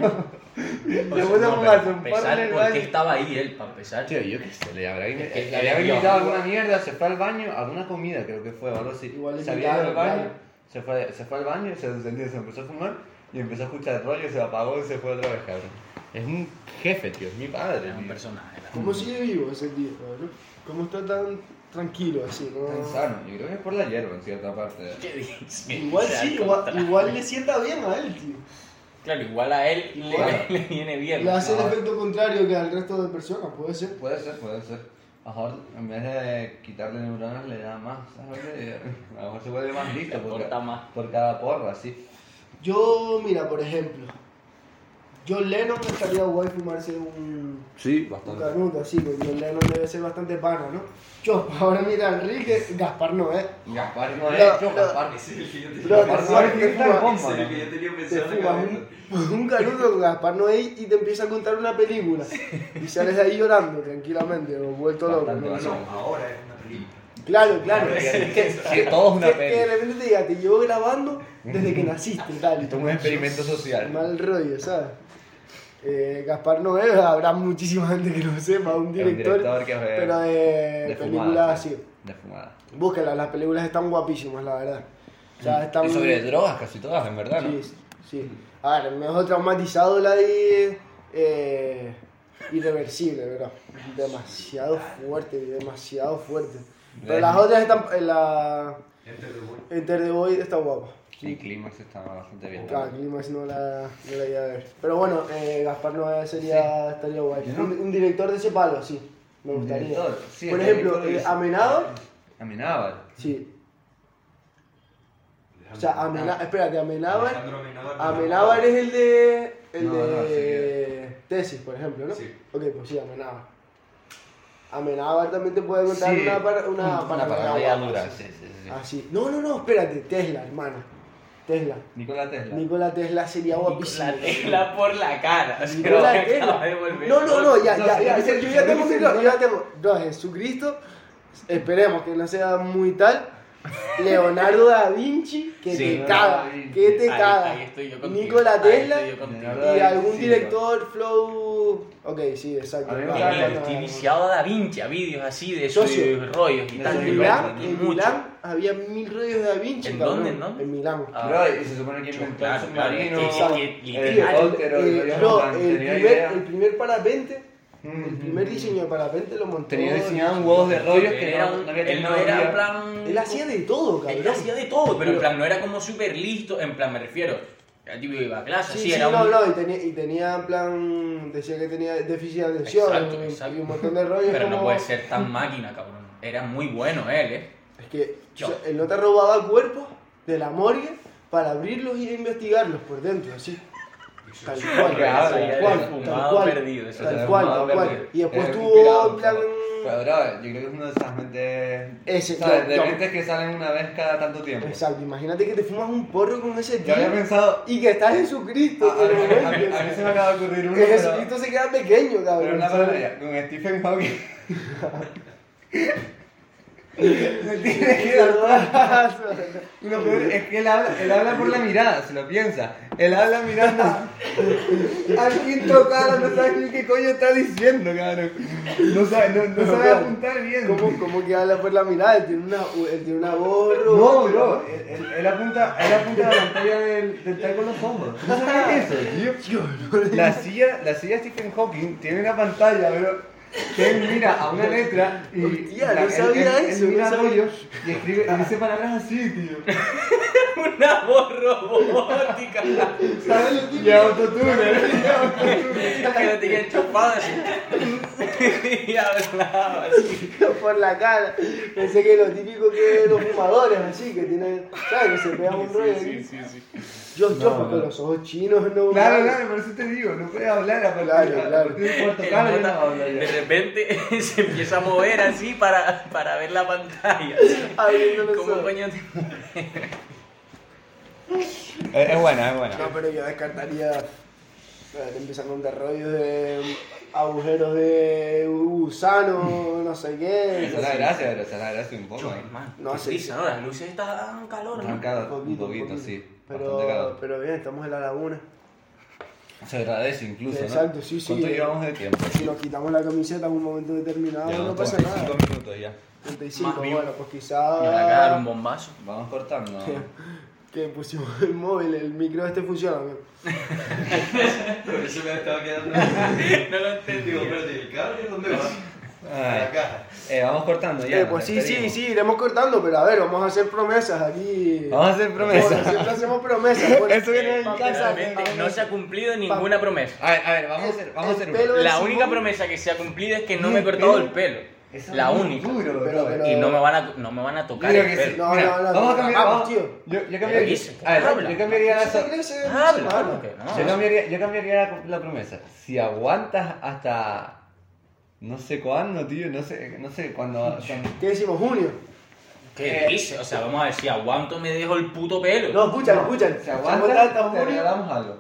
Speaker 1: Se
Speaker 3: O sea,
Speaker 1: puso a
Speaker 3: no,
Speaker 1: fumarse
Speaker 3: pero
Speaker 1: un porro
Speaker 3: empezar,
Speaker 1: en el
Speaker 3: ¿por qué
Speaker 1: baño.
Speaker 3: estaba ahí él, para empezar?
Speaker 1: Tío, yo qué sé, le habrá
Speaker 3: Es que
Speaker 1: le
Speaker 3: le
Speaker 1: había
Speaker 3: dio.
Speaker 1: invitado a alguna mierda, se fue al baño, alguna comida creo que fue o algo así.
Speaker 2: Igual le
Speaker 1: se había ido al
Speaker 2: invitaron,
Speaker 1: baño,
Speaker 2: claro.
Speaker 1: se fue, se fue al baño, se encendió, se empezó a fumar y empezó a escuchar rollo, se apagó y se fue otra vez, cabrón. Es un jefe, tío, es mi padre.
Speaker 3: Era un
Speaker 1: tío.
Speaker 3: personaje. la-
Speaker 2: ¿Cómo sigue vivo ese tío, cabrón? ¿Cómo está tan tranquilo así? no?
Speaker 1: Tan sano, yo creo que es por la hierba en cierta parte.
Speaker 3: ¿Qué dices?
Speaker 2: Igual
Speaker 3: O sea,
Speaker 2: sí,
Speaker 3: al
Speaker 2: igual,
Speaker 3: contrario.
Speaker 2: igual le sienta bien a él, tío.
Speaker 3: Claro, igual a él le,
Speaker 1: Claro.
Speaker 3: le viene bien.
Speaker 2: Le hace el
Speaker 1: Ah.
Speaker 2: efecto contrario que al resto de personas, puede ser.
Speaker 1: Puede ser, puede ser. A lo mejor en vez de quitarle neuronas le da más, ¿sabes? A lo mejor se vuelve más listo
Speaker 3: Le
Speaker 1: por,
Speaker 3: aporta
Speaker 1: ca-
Speaker 3: más.
Speaker 1: por cada porra, sí.
Speaker 2: Yo, mira, por ejemplo, John Lennon estaría guay fumarse un,
Speaker 6: Sí,
Speaker 2: un
Speaker 6: bastante.
Speaker 2: canuto así, con John Lennon debe ser bastante pana, ¿no? Yo, ahora mira, Enrique, Gaspar no, ¿eh?
Speaker 1: Gaspar no
Speaker 2: No,
Speaker 1: es, yo
Speaker 2: no.
Speaker 1: Gaspar.
Speaker 8: Ese es el que yo
Speaker 2: Bro, te
Speaker 8: tenía pensado.
Speaker 2: fumas-
Speaker 1: Gaspar
Speaker 2: te
Speaker 1: que es tan
Speaker 2: fumas-
Speaker 1: bomba,
Speaker 8: Ese es el que
Speaker 1: ¿no?
Speaker 8: yo tenía
Speaker 2: te
Speaker 8: pensado en la
Speaker 2: fumas
Speaker 8: cabeza.
Speaker 2: un, un canuto con Gaspar Noé y te empieza a contar una película y sales de ahí llorando tranquilamente, o vuelto loco.
Speaker 1: Bastante,
Speaker 2: ¿no?
Speaker 8: No, no, ahora es una película.
Speaker 2: Claro, claro.
Speaker 1: Sí,
Speaker 2: Que-
Speaker 1: sí, todo es una
Speaker 2: que-
Speaker 1: peli.
Speaker 2: Que de repente te diga, te llevo grabando desde que naciste, tal.
Speaker 1: Esto es un experimento social.
Speaker 2: Mal rollo, ¿sabes? Eh, Gaspar Noé, habrá muchísima gente que lo sepa, un
Speaker 1: Es un
Speaker 2: director,
Speaker 1: director que es de-
Speaker 2: pero de,
Speaker 1: de
Speaker 2: películas
Speaker 1: fumada.
Speaker 2: así.
Speaker 1: De fumada.
Speaker 2: Búsquenlas, las películas están guapísimas, la verdad. O sea, están...
Speaker 1: Y sobre drogas casi todas, en verdad, ¿no?
Speaker 2: Ah, Sí, sí. A ver, me dejó traumatizado la de... eh, irreversible, ¿verdad? Demasiado fuerte, demasiado fuerte. Pero las otras están... eh, la...
Speaker 8: Enter the Void.
Speaker 2: Enter the Void está guapa.
Speaker 1: Sí, Climax estaba bastante bien.
Speaker 2: Claro, Climax no la, no la iba a ver. Pero bueno, eh, Gaspar Noé sería, estaría guay. Un, un director de ese palo, sí. Me
Speaker 1: Un
Speaker 2: gustaría.
Speaker 1: director, sí,
Speaker 2: Por
Speaker 1: el
Speaker 2: ejemplo,
Speaker 1: director
Speaker 2: eh,
Speaker 1: es-
Speaker 2: Amenábar,
Speaker 1: Amenábar.
Speaker 2: sí. O
Speaker 1: Ah.
Speaker 2: sea, Amena- espérate, Amenábar.
Speaker 8: Alejandro Amenábar.
Speaker 2: Amenábar es el de. El
Speaker 1: No, no,
Speaker 2: de. tesis, por ejemplo, ¿no?
Speaker 8: Sí.
Speaker 2: Ok, pues sí, Amenábar. Amenábar también te puede contar
Speaker 1: Sí,
Speaker 2: una, par- una,
Speaker 1: Una
Speaker 2: paranoia
Speaker 1: paranoia
Speaker 2: guapa,
Speaker 1: dura.
Speaker 2: Ah, sí.
Speaker 1: Sí, sí, sí.
Speaker 2: Así. No, no, no, espérate. Tesla, hermano. Tesla.
Speaker 1: Nikola Tesla.
Speaker 2: Nikola Tesla sería guapísimo.
Speaker 3: La tecla por la cara. o sea,
Speaker 2: Nikola
Speaker 3: me
Speaker 2: Tesla.
Speaker 3: acaba de volver
Speaker 2: No, no, no, ya,
Speaker 1: No,
Speaker 2: ya,
Speaker 1: si
Speaker 2: ya,
Speaker 1: no
Speaker 2: yo,
Speaker 1: dice-
Speaker 2: yo
Speaker 1: si
Speaker 2: ya
Speaker 1: no
Speaker 2: tengo mi
Speaker 1: dice
Speaker 2: claro, yo
Speaker 1: Nikola-
Speaker 2: ya tengo. No, Jesucristo, esperemos que no sea muy tal. Leonardo da Vinci, que
Speaker 1: Sí,
Speaker 2: te
Speaker 1: Leonardo
Speaker 2: caga,
Speaker 1: da Vinci.
Speaker 2: que te
Speaker 3: Ahí-
Speaker 2: caga.
Speaker 3: ahí estoy yo contigo, ahí
Speaker 2: Nikola Tesla
Speaker 3: estoy yo contigo.
Speaker 1: Leonardo
Speaker 2: y
Speaker 1: da
Speaker 2: algún
Speaker 1: Vinci,
Speaker 2: director flow. Ok, sí, exacto.
Speaker 1: A mí me
Speaker 2: Ah,
Speaker 1: encanta,
Speaker 2: no,
Speaker 3: Yo
Speaker 2: no,
Speaker 3: estoy
Speaker 2: no.
Speaker 3: viciado a Da Vinci, a vídeos así de
Speaker 2: Yo
Speaker 3: sus
Speaker 2: sí.
Speaker 3: rollos y
Speaker 1: Yo soy
Speaker 2: En
Speaker 3: tal. y
Speaker 2: Milán,
Speaker 3: mucho.
Speaker 2: en Milán había mil rollos de Da Vinci.
Speaker 3: ¿En
Speaker 2: cabrón.
Speaker 3: dónde, en dónde?
Speaker 2: En Milán.
Speaker 3: Ah,
Speaker 1: Bro, y se supone que inventó el
Speaker 3: claro, claro, este, es
Speaker 1: submarino,
Speaker 3: que- es que
Speaker 1: el
Speaker 3: literal,
Speaker 1: helicóptero,
Speaker 2: Eh,
Speaker 1: el avión,
Speaker 2: no,
Speaker 1: tan-
Speaker 2: el
Speaker 1: tenía
Speaker 2: primer,
Speaker 1: idea.
Speaker 2: el primer parapente, el
Speaker 1: Mm.
Speaker 2: primer diseño de parapente lo montó.
Speaker 1: Tenía diseñado un huevos de rollos que
Speaker 3: Era
Speaker 1: no,
Speaker 3: un-
Speaker 1: no había
Speaker 3: él no
Speaker 1: tecnología.
Speaker 3: era en plan.
Speaker 2: Él hacía de todo, cabrón.
Speaker 3: Él hacía de todo, pero en
Speaker 2: Pero-
Speaker 3: plan no era como súper listo. En plan, me refiero. El tipo iba a clase,
Speaker 2: Sí,
Speaker 3: así
Speaker 2: sí,
Speaker 3: era
Speaker 2: no,
Speaker 3: un.
Speaker 2: no, y tenía, y tenía en plan, decía que tenía déficit de atención
Speaker 3: Exacto,
Speaker 2: y-
Speaker 3: exacto.
Speaker 2: y un montón de rollos.
Speaker 3: Pero no
Speaker 2: como-
Speaker 3: puede ser tan máquina, cabrón. Era muy bueno él, eh.
Speaker 2: Es que
Speaker 3: Yo.
Speaker 2: o sea, él no te robaba cuerpos de la morgue para abrirlos y investigarlos por dentro, así. Tal cual,
Speaker 1: que habla,
Speaker 2: tal
Speaker 1: el
Speaker 2: cual,
Speaker 3: fumado
Speaker 2: tal cual,
Speaker 3: perdido, eso
Speaker 2: tal
Speaker 1: Era
Speaker 2: cual,
Speaker 1: fumado,
Speaker 2: tal
Speaker 1: verde.
Speaker 2: cual. Y después
Speaker 1: Era
Speaker 2: tuvo
Speaker 1: inspirado,
Speaker 2: en plan...
Speaker 1: Pero bro, yo creo que es una de esas mentes.
Speaker 2: Ese,
Speaker 1: ¿sabes?
Speaker 2: yo-
Speaker 1: de
Speaker 2: yo-
Speaker 1: mentes que salen una vez cada tanto tiempo.
Speaker 2: Exacto, imagínate que te fumas un porro con ese
Speaker 1: Yo
Speaker 2: tío
Speaker 1: había pensado.
Speaker 2: y que estás Jesucristo.
Speaker 1: A, a mí,
Speaker 2: pero,
Speaker 1: a mí- a mí se me acaba de ocurrir uno.
Speaker 2: que
Speaker 1: pero-
Speaker 2: Jesucristo se queda pequeño, cabrón.
Speaker 1: Pero una
Speaker 2: ¿sabes?
Speaker 1: palabra, con Stephen Hawking. Se tiene que dar cuenta. Y Lo peor es que él habla, él habla por la mirada, si lo piensa. Él habla mirando al quinto cara, no sabe ni qué coño está diciendo, cabrón. No sabe, no, no sabe apuntar bien.
Speaker 2: ¿Cómo, ¿Cómo que habla por la mirada? Él tiene una, él tiene una voz
Speaker 1: No,
Speaker 2: robótica,
Speaker 1: bro, él, él- él apunta, él apunta a la pantalla del, del tal con los hombros. ¿No sabes eso, tío? La silla, la silla Stephen Hawking tiene una pantalla, bro. Que él mira a una letra y.
Speaker 2: Hostia,
Speaker 1: la-
Speaker 2: no
Speaker 1: él-
Speaker 2: sabía
Speaker 1: él- él
Speaker 2: eso,
Speaker 1: mira
Speaker 2: no sabía.
Speaker 1: rollos y escribe, y dice palabras así, tío.
Speaker 3: Una voz robótica
Speaker 1: ¿Sabes? Y autotune,
Speaker 3: que lo tenía enchufado así. y hablaba así.
Speaker 2: por la cara. Pensé que lo típico que los fumadores, así, que tienen, ¿sabes? Que se pegan un rollo.
Speaker 3: Sí,
Speaker 2: aquí.
Speaker 3: sí, sí.
Speaker 2: Yo, yo,
Speaker 1: No,
Speaker 2: porque
Speaker 1: no.
Speaker 2: los ojos chinos no.
Speaker 1: Claro, claro, por eso te digo, no puedes hablar a partir,
Speaker 2: Claro, claro.
Speaker 1: a partir del cuarto
Speaker 3: El
Speaker 1: cara, yo no
Speaker 3: nota,
Speaker 1: hablo
Speaker 3: de
Speaker 1: ya.
Speaker 3: repente se empieza a mover así para, para ver la pantalla.
Speaker 2: Abriendo los
Speaker 3: ¿Cómo
Speaker 2: ojos.
Speaker 3: coño te...
Speaker 1: Eh, Es, es buena, es buena.
Speaker 2: No, pero yo descartaría. eh, Empiezan con rollos de agujeros de gusano, no sé qué.
Speaker 1: Esa es la gracia, pero esa es la gracia un poco.
Speaker 3: Yo,
Speaker 1: ¿eh?
Speaker 3: hermano,
Speaker 2: No,
Speaker 3: qué
Speaker 2: sí,
Speaker 3: prisa,
Speaker 2: sí.
Speaker 3: ¿no? Las luces están calor, ¿no?
Speaker 1: Arrancada, un poquito, sí. Bastante calor.
Speaker 2: Pero, pero bien, estamos en la laguna.
Speaker 1: Se agradece incluso, ¿no?
Speaker 2: Exacto, sí, sí.
Speaker 1: ¿Cuánto llevamos de tiempo?
Speaker 2: Si nos quitamos la camiseta en un momento determinado, no
Speaker 1: Llevamos
Speaker 2: pasa
Speaker 1: 35
Speaker 2: nada.
Speaker 1: minutos ya.
Speaker 2: 35,
Speaker 3: Más bien.
Speaker 2: bueno, pues
Speaker 3: Me van a dar
Speaker 2: quizá.
Speaker 3: un bombazo.
Speaker 1: Vamos cortando.
Speaker 2: que pusimos el móvil, el micro este funciona. ¿no?
Speaker 8: Por eso me estaba quedando.
Speaker 3: No lo entendí. Ah.
Speaker 8: Digo, pero el cable, ¿dónde va? La caja.
Speaker 1: Eh, vamos cortando ya.
Speaker 2: Eh,
Speaker 1: nos
Speaker 2: pues sí, sí,
Speaker 1: despedimos.
Speaker 2: sí, iremos cortando, pero a ver, vamos a hacer promesas aquí.
Speaker 1: Vamos a hacer
Speaker 2: Bueno,
Speaker 1: promesas.
Speaker 2: siempre hacemos promesas. pues. bueno,
Speaker 1: Eso viene en
Speaker 2: pa'
Speaker 1: casa.
Speaker 2: empezar,
Speaker 3: Realmente no se ha cumplido ninguna promesa.
Speaker 1: A ver, a ver, vamos a hacer, vamos a hacer
Speaker 2: El
Speaker 1: una.
Speaker 2: pelo de
Speaker 3: La
Speaker 2: Simón-
Speaker 3: única promesa que se ha cumplido es que no
Speaker 1: ¿Y
Speaker 3: me he
Speaker 1: el
Speaker 3: cortado
Speaker 1: pelo?
Speaker 3: el pelo.
Speaker 1: Eso
Speaker 3: La
Speaker 1: es muy
Speaker 3: única.
Speaker 1: duro,
Speaker 2: Pero-
Speaker 1: brother.
Speaker 2: pero-
Speaker 3: Y no me van a, no me van a
Speaker 1: Yo
Speaker 3: tocar
Speaker 1: creo
Speaker 3: el
Speaker 1: que sí.
Speaker 3: pelo.
Speaker 2: No,
Speaker 1: Mira,
Speaker 2: no, no,
Speaker 1: Vamos a cambiar.
Speaker 2: vamos,
Speaker 1: vamos-
Speaker 2: tío.
Speaker 1: Yo, yo
Speaker 3: ¿Qué
Speaker 1: cambiaría.
Speaker 3: dices?
Speaker 1: A ver,
Speaker 3: Habla.
Speaker 1: yo cambiaría la.
Speaker 2: ¿Tú te crees que-
Speaker 1: Ah,
Speaker 3: Habla,
Speaker 2: Claro.
Speaker 3: ¿cómo que no?
Speaker 1: Yo cambiaría, yo cambiaría la, la promesa. Si aguantas hasta. No sé cuándo, tío. No sé, no sé cuándo. cuándo-
Speaker 2: ¿Qué decimos? Junio.
Speaker 3: ¿Qué
Speaker 1: Eh,
Speaker 3: dices? O sea, vamos a ver si aguanto me dejo el puto pelo.
Speaker 2: No, escuchan, escuchan.
Speaker 1: Si
Speaker 2: Se
Speaker 1: aguantas,
Speaker 2: aguanta hasta
Speaker 1: te
Speaker 2: junio.
Speaker 1: regalamos algo.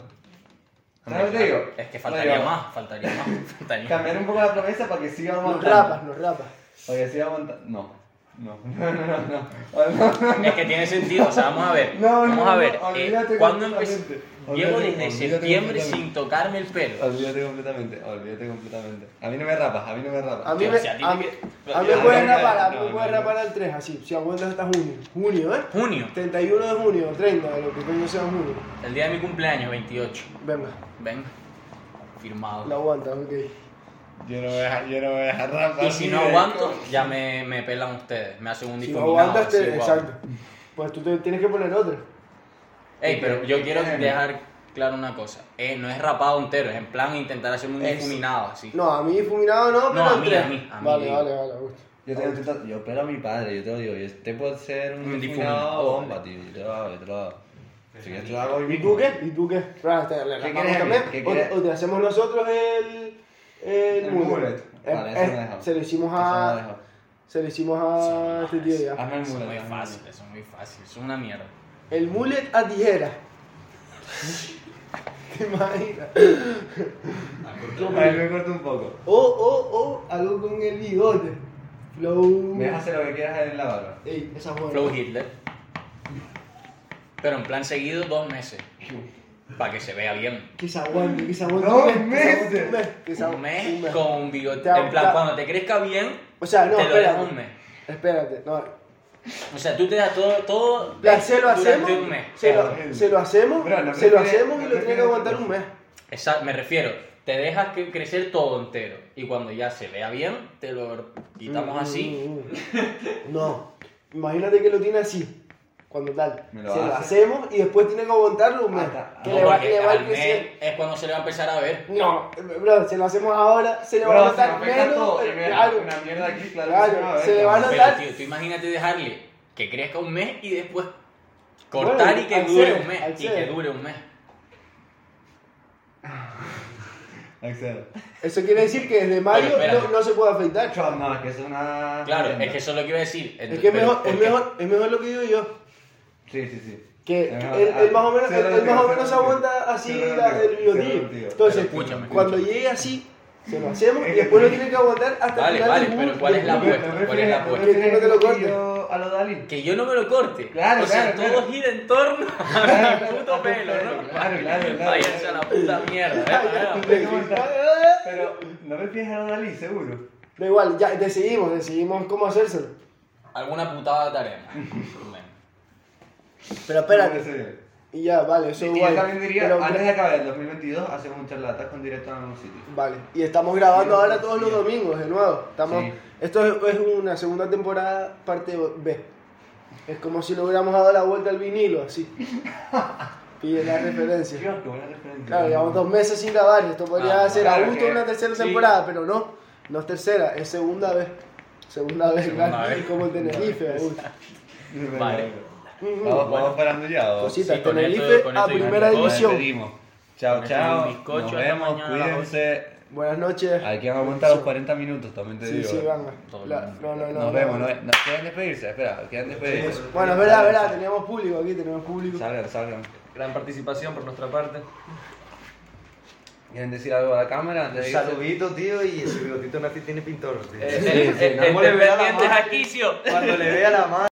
Speaker 3: Hombre,
Speaker 1: ¿Sabes lo que te digo?
Speaker 3: Es que
Speaker 1: Lo
Speaker 3: faltaría
Speaker 1: digo,
Speaker 3: más, faltaría más, faltaría más.
Speaker 1: Cambiar un poco la promesa para que siga
Speaker 2: Nos
Speaker 1: aguantando.
Speaker 2: rapas, nos rapas.
Speaker 1: Para que siga aguantando. No. No. No, no, no. no.
Speaker 3: Es que tiene sentido, o sea, vamos a ver.
Speaker 1: No, no,
Speaker 3: vamos a
Speaker 1: no,
Speaker 3: ver.
Speaker 1: olvídate
Speaker 3: eh, ¿cuándo empecé?
Speaker 1: completamente.
Speaker 3: Llevo
Speaker 1: Olvídate,
Speaker 3: desde
Speaker 1: olvídate
Speaker 3: septiembre
Speaker 1: completamente.
Speaker 3: sin tocarme el pelo.
Speaker 1: Olvídate completamente, olvídate completamente. A mí no me rapas, a mí no me rapas.
Speaker 2: A mí
Speaker 3: Tío,
Speaker 2: me,
Speaker 3: si a ti
Speaker 2: a,
Speaker 3: te
Speaker 2: a mí me
Speaker 1: No,
Speaker 2: pueden
Speaker 1: no,
Speaker 2: rapar, a mí
Speaker 1: no,
Speaker 2: me pueden
Speaker 1: no,
Speaker 2: rapar al 3, así. Si aguantas hasta junio. Junio, ¿eh?
Speaker 3: Junio,
Speaker 2: 31 de junio, 30, lo que coño sea junio.
Speaker 3: el día de mi cumpleaños, 28.
Speaker 2: Venga,
Speaker 3: Venga,
Speaker 2: la
Speaker 3: firmado.
Speaker 2: aguantas, ok.
Speaker 1: Yo no voy a, yo no voy a dejar rapas.
Speaker 3: Y si no aguanto, ya me, me pelan ustedes. Me hacen un
Speaker 2: Si no
Speaker 3: difuminado.
Speaker 2: aguantas,
Speaker 3: así,
Speaker 2: te-
Speaker 3: guau.
Speaker 2: exacto. Pues tú te tienes que poner otro.
Speaker 3: Ey, pero yo quiero dejar claro una cosa. Eh, no es rapado entero, es en plan intentar hacerme un difuminado así.
Speaker 2: No, a mí difuminado no, pero
Speaker 3: a
Speaker 2: el
Speaker 3: mí,
Speaker 2: tres.
Speaker 3: a mí, a mí,
Speaker 2: Vale,
Speaker 3: digo.
Speaker 2: vale, vale, a gusto.
Speaker 1: Yo te intento, yo pero a mi padre, yo te lo digo, yo te puedo hacer un
Speaker 3: Un
Speaker 1: difuminado
Speaker 3: difuminado,
Speaker 1: bomba, tío, yo te lo hago, yo te lo hago. Si quieres te lo hago hoy
Speaker 2: ¿Y
Speaker 1: mismo.
Speaker 2: tú qué? ¿Y tú qué? Rara, te la
Speaker 1: ¿Qué
Speaker 2: rapamos
Speaker 1: quieres,
Speaker 2: también.
Speaker 1: Emi? ¿Qué
Speaker 2: O-
Speaker 1: quieres?
Speaker 2: o, te hacemos nosotros el. El,
Speaker 1: El
Speaker 2: muro.
Speaker 1: mullet.
Speaker 2: Eh,
Speaker 1: Vale, eso
Speaker 2: eh,
Speaker 1: me dejo.
Speaker 2: se lo hicimos
Speaker 1: Eso me
Speaker 2: a.
Speaker 1: dejo.
Speaker 2: Se lo hicimos a este tío ya.
Speaker 1: Hazme
Speaker 3: Eso
Speaker 1: el
Speaker 3: es muy
Speaker 1: mullet, hazme el
Speaker 3: fácil, eso es muy fácil, eso es una mierda.
Speaker 2: El mullet a tijera. ¿Te imaginas?
Speaker 3: Ah,
Speaker 1: mullet. A ver, me corto un poco.
Speaker 2: O, o, o, algo con el bigote. Flow.
Speaker 1: Me dejas hacer lo que quieras en la barba.
Speaker 2: Ey, esa buena.
Speaker 3: Flow Hitler. Pero en plan seguido dos meses. Para que se vea bien.
Speaker 2: Que se aguante, que se aguante.
Speaker 1: ¡Dos
Speaker 2: un mes, que se aguante
Speaker 1: meses!
Speaker 2: un mes, que se agu-
Speaker 3: Un mes
Speaker 2: un mes.
Speaker 3: con un bigote.
Speaker 2: Te-
Speaker 3: En plan,
Speaker 2: te-
Speaker 3: cuando te crezca bien,
Speaker 2: O sea, no,
Speaker 3: te lo dejas
Speaker 2: espérate.
Speaker 3: un mes.
Speaker 2: Espérate, no.
Speaker 3: O sea, tú te das todo, todo
Speaker 2: La- se lo
Speaker 3: durante
Speaker 2: hacemos.
Speaker 3: un mes.
Speaker 2: Se
Speaker 1: Claro.
Speaker 2: lo, se lo hacemos,
Speaker 1: Pero no
Speaker 2: se lo
Speaker 1: prefieres-
Speaker 2: hacemos y
Speaker 1: no
Speaker 2: lo tiene
Speaker 1: prefieres-
Speaker 2: que aguantar un mes.
Speaker 3: Exacto, me refiero, te dejas que crecer todo entero. Y cuando ya se vea bien, te lo quitamos así.
Speaker 2: Mm, No. Imagínate que lo tiene así. Cuando tal.
Speaker 1: Me lo
Speaker 2: se lo
Speaker 1: hace.
Speaker 2: hacemos y después tiene que aguantarlo un mes.
Speaker 1: Hasta-
Speaker 2: Mm, que
Speaker 3: No,
Speaker 2: le va,
Speaker 3: Ah, porque
Speaker 2: le va
Speaker 3: al
Speaker 2: a
Speaker 3: mes
Speaker 2: crecer.
Speaker 3: es cuando se le va a empezar a ver.
Speaker 2: No, bro, se lo hacemos ahora, se le va a
Speaker 1: Bro, se me
Speaker 2: notar
Speaker 1: afecta
Speaker 2: menos.
Speaker 1: todo, y
Speaker 2: pero-
Speaker 1: me-
Speaker 2: claro.
Speaker 1: una mierda aquí, claro.
Speaker 2: Claro,
Speaker 1: no
Speaker 2: se le
Speaker 1: ve,
Speaker 2: va a
Speaker 1: no.
Speaker 2: notar.
Speaker 3: Pero tío, tú imagínate dejarle que crezca un mes y después cortar
Speaker 2: Bueno,
Speaker 3: y que
Speaker 2: al
Speaker 3: dure
Speaker 2: ser,
Speaker 3: un
Speaker 2: al
Speaker 3: mes. Y
Speaker 2: ser.
Speaker 3: que dure un mes.
Speaker 1: Axel.
Speaker 2: Eso quiere decir que desde mayo
Speaker 3: espérate.
Speaker 2: no, no se puede afeitar.
Speaker 1: Chao, no, es que es una.
Speaker 3: Claro,
Speaker 1: mierda.
Speaker 3: es que eso es lo que iba a decir.
Speaker 2: Es
Speaker 3: Entonces,
Speaker 2: que es
Speaker 3: pero,
Speaker 2: mejor,
Speaker 3: ¿por
Speaker 2: es,
Speaker 3: qué?
Speaker 2: mejor, es mejor lo que digo yo.
Speaker 1: Sí, sí, sí.
Speaker 2: Que
Speaker 1: Es
Speaker 2: él,
Speaker 1: mejor.
Speaker 2: él más o menos,
Speaker 1: Ah, cero
Speaker 2: él- él más o
Speaker 1: contigo,
Speaker 2: menos
Speaker 1: cero
Speaker 2: aguanta
Speaker 1: contigo.
Speaker 2: así
Speaker 1: Cero
Speaker 2: la-
Speaker 1: contigo,
Speaker 2: el
Speaker 1: cero
Speaker 2: biotillo.
Speaker 1: contigo.
Speaker 2: Entonces,
Speaker 1: Pero
Speaker 3: escúchame,
Speaker 2: cuando
Speaker 3: escúchame.
Speaker 2: llegue así, se lo hacemos y
Speaker 1: Es que-
Speaker 2: después lo tiene que aguantar hasta
Speaker 3: Vale,
Speaker 2: el final
Speaker 3: vale,
Speaker 2: del
Speaker 3: pero
Speaker 2: mundo.
Speaker 3: ¿cuál es la
Speaker 1: Lo ve-
Speaker 3: apuesta?
Speaker 1: lo ve-
Speaker 3: ¿Cuál es la
Speaker 1: lo ve-
Speaker 3: apuesta?
Speaker 2: Que tú no te lo cortes.
Speaker 1: A lo Dalí.
Speaker 3: Que yo no me lo corte.
Speaker 1: Claro,
Speaker 3: o sea,
Speaker 1: claro,
Speaker 3: todo
Speaker 1: claro.
Speaker 3: gira en torno a mi puto pelo, ¿no?
Speaker 1: Claro, claro, claro.
Speaker 3: Váyanse a la puta mierda, ¿eh?
Speaker 2: Da igual,
Speaker 1: Pero no me pides a lo Dalí, seguro.
Speaker 2: Da igual, ya decidimos, decidimos cómo hacérselo.
Speaker 3: Alguna putada tarea.
Speaker 1: No,
Speaker 2: Pero espérate,
Speaker 1: en serio.
Speaker 2: y ya, vale, eso
Speaker 1: Y
Speaker 2: es
Speaker 1: yo
Speaker 2: guay.
Speaker 1: también diría,
Speaker 2: Pero-
Speaker 1: antes de acabar el 2022, hacemos un charlatán con directo a un sitio.
Speaker 2: Vale, y estamos grabando
Speaker 1: Sí,
Speaker 2: ahora todos los
Speaker 1: sí.
Speaker 2: domingos de nuevo. Estamos,
Speaker 1: Sí.
Speaker 2: Esto es, es una segunda temporada, parte B. Es como si le hubiéramos dado la vuelta al vinilo, así. Pide la referencia.
Speaker 1: Dios, qué buena referencia.
Speaker 2: Claro, llevamos dos meses sin grabar, esto podría
Speaker 3: Ah,
Speaker 2: ser a
Speaker 1: claro,
Speaker 2: gusto
Speaker 1: que-
Speaker 2: una tercera
Speaker 1: sí.
Speaker 2: temporada, pero no, no es tercera, es segunda vez. Segunda vez,
Speaker 3: Segunda
Speaker 2: claro,
Speaker 3: vez.
Speaker 2: como el Tenerife, a gusto.
Speaker 3: Vale.
Speaker 2: Mm,
Speaker 1: Vamos,
Speaker 2: mm.
Speaker 1: vamos parando ya. ¿o?
Speaker 2: Cositas,
Speaker 3: Sí, con
Speaker 2: Tenerife
Speaker 3: esto- con
Speaker 2: a
Speaker 3: esto y
Speaker 2: primera
Speaker 3: con todo
Speaker 1: Nos
Speaker 2: división.
Speaker 1: despedimos. Chao,
Speaker 3: Con
Speaker 1: chao.
Speaker 3: un bizcocho
Speaker 1: Nos
Speaker 3: hasta
Speaker 1: vemos,
Speaker 3: mañana a las
Speaker 1: cuídense.
Speaker 2: Buenas noches.
Speaker 1: Aquí han aguantado los 40 minutos, también te
Speaker 2: Sí,
Speaker 1: digo.
Speaker 2: sí, venga.
Speaker 3: Todo el
Speaker 2: La-
Speaker 3: mundo.
Speaker 2: No, no, no.
Speaker 1: Nos
Speaker 2: no.
Speaker 1: vemos, nos nos- quedan despedirse, espera, quedan despedirse.
Speaker 2: Bueno, es
Speaker 8: pues,
Speaker 2: verdad, es verdad, teníamos público aquí, teníamos público.
Speaker 1: Salgan, salgan.
Speaker 5: Gran participación por nuestra parte.
Speaker 1: ¿Quieren decir algo a la cámara? antes de irse?
Speaker 8: Saludito, tío, y ese bigotito nazi tiene pintor. tío.
Speaker 5: Eh, eh, eh, estén
Speaker 8: Amor, le vea la
Speaker 5: pendientes
Speaker 8: madre.
Speaker 5: a Quicio.
Speaker 8: Cuando le vea la mano.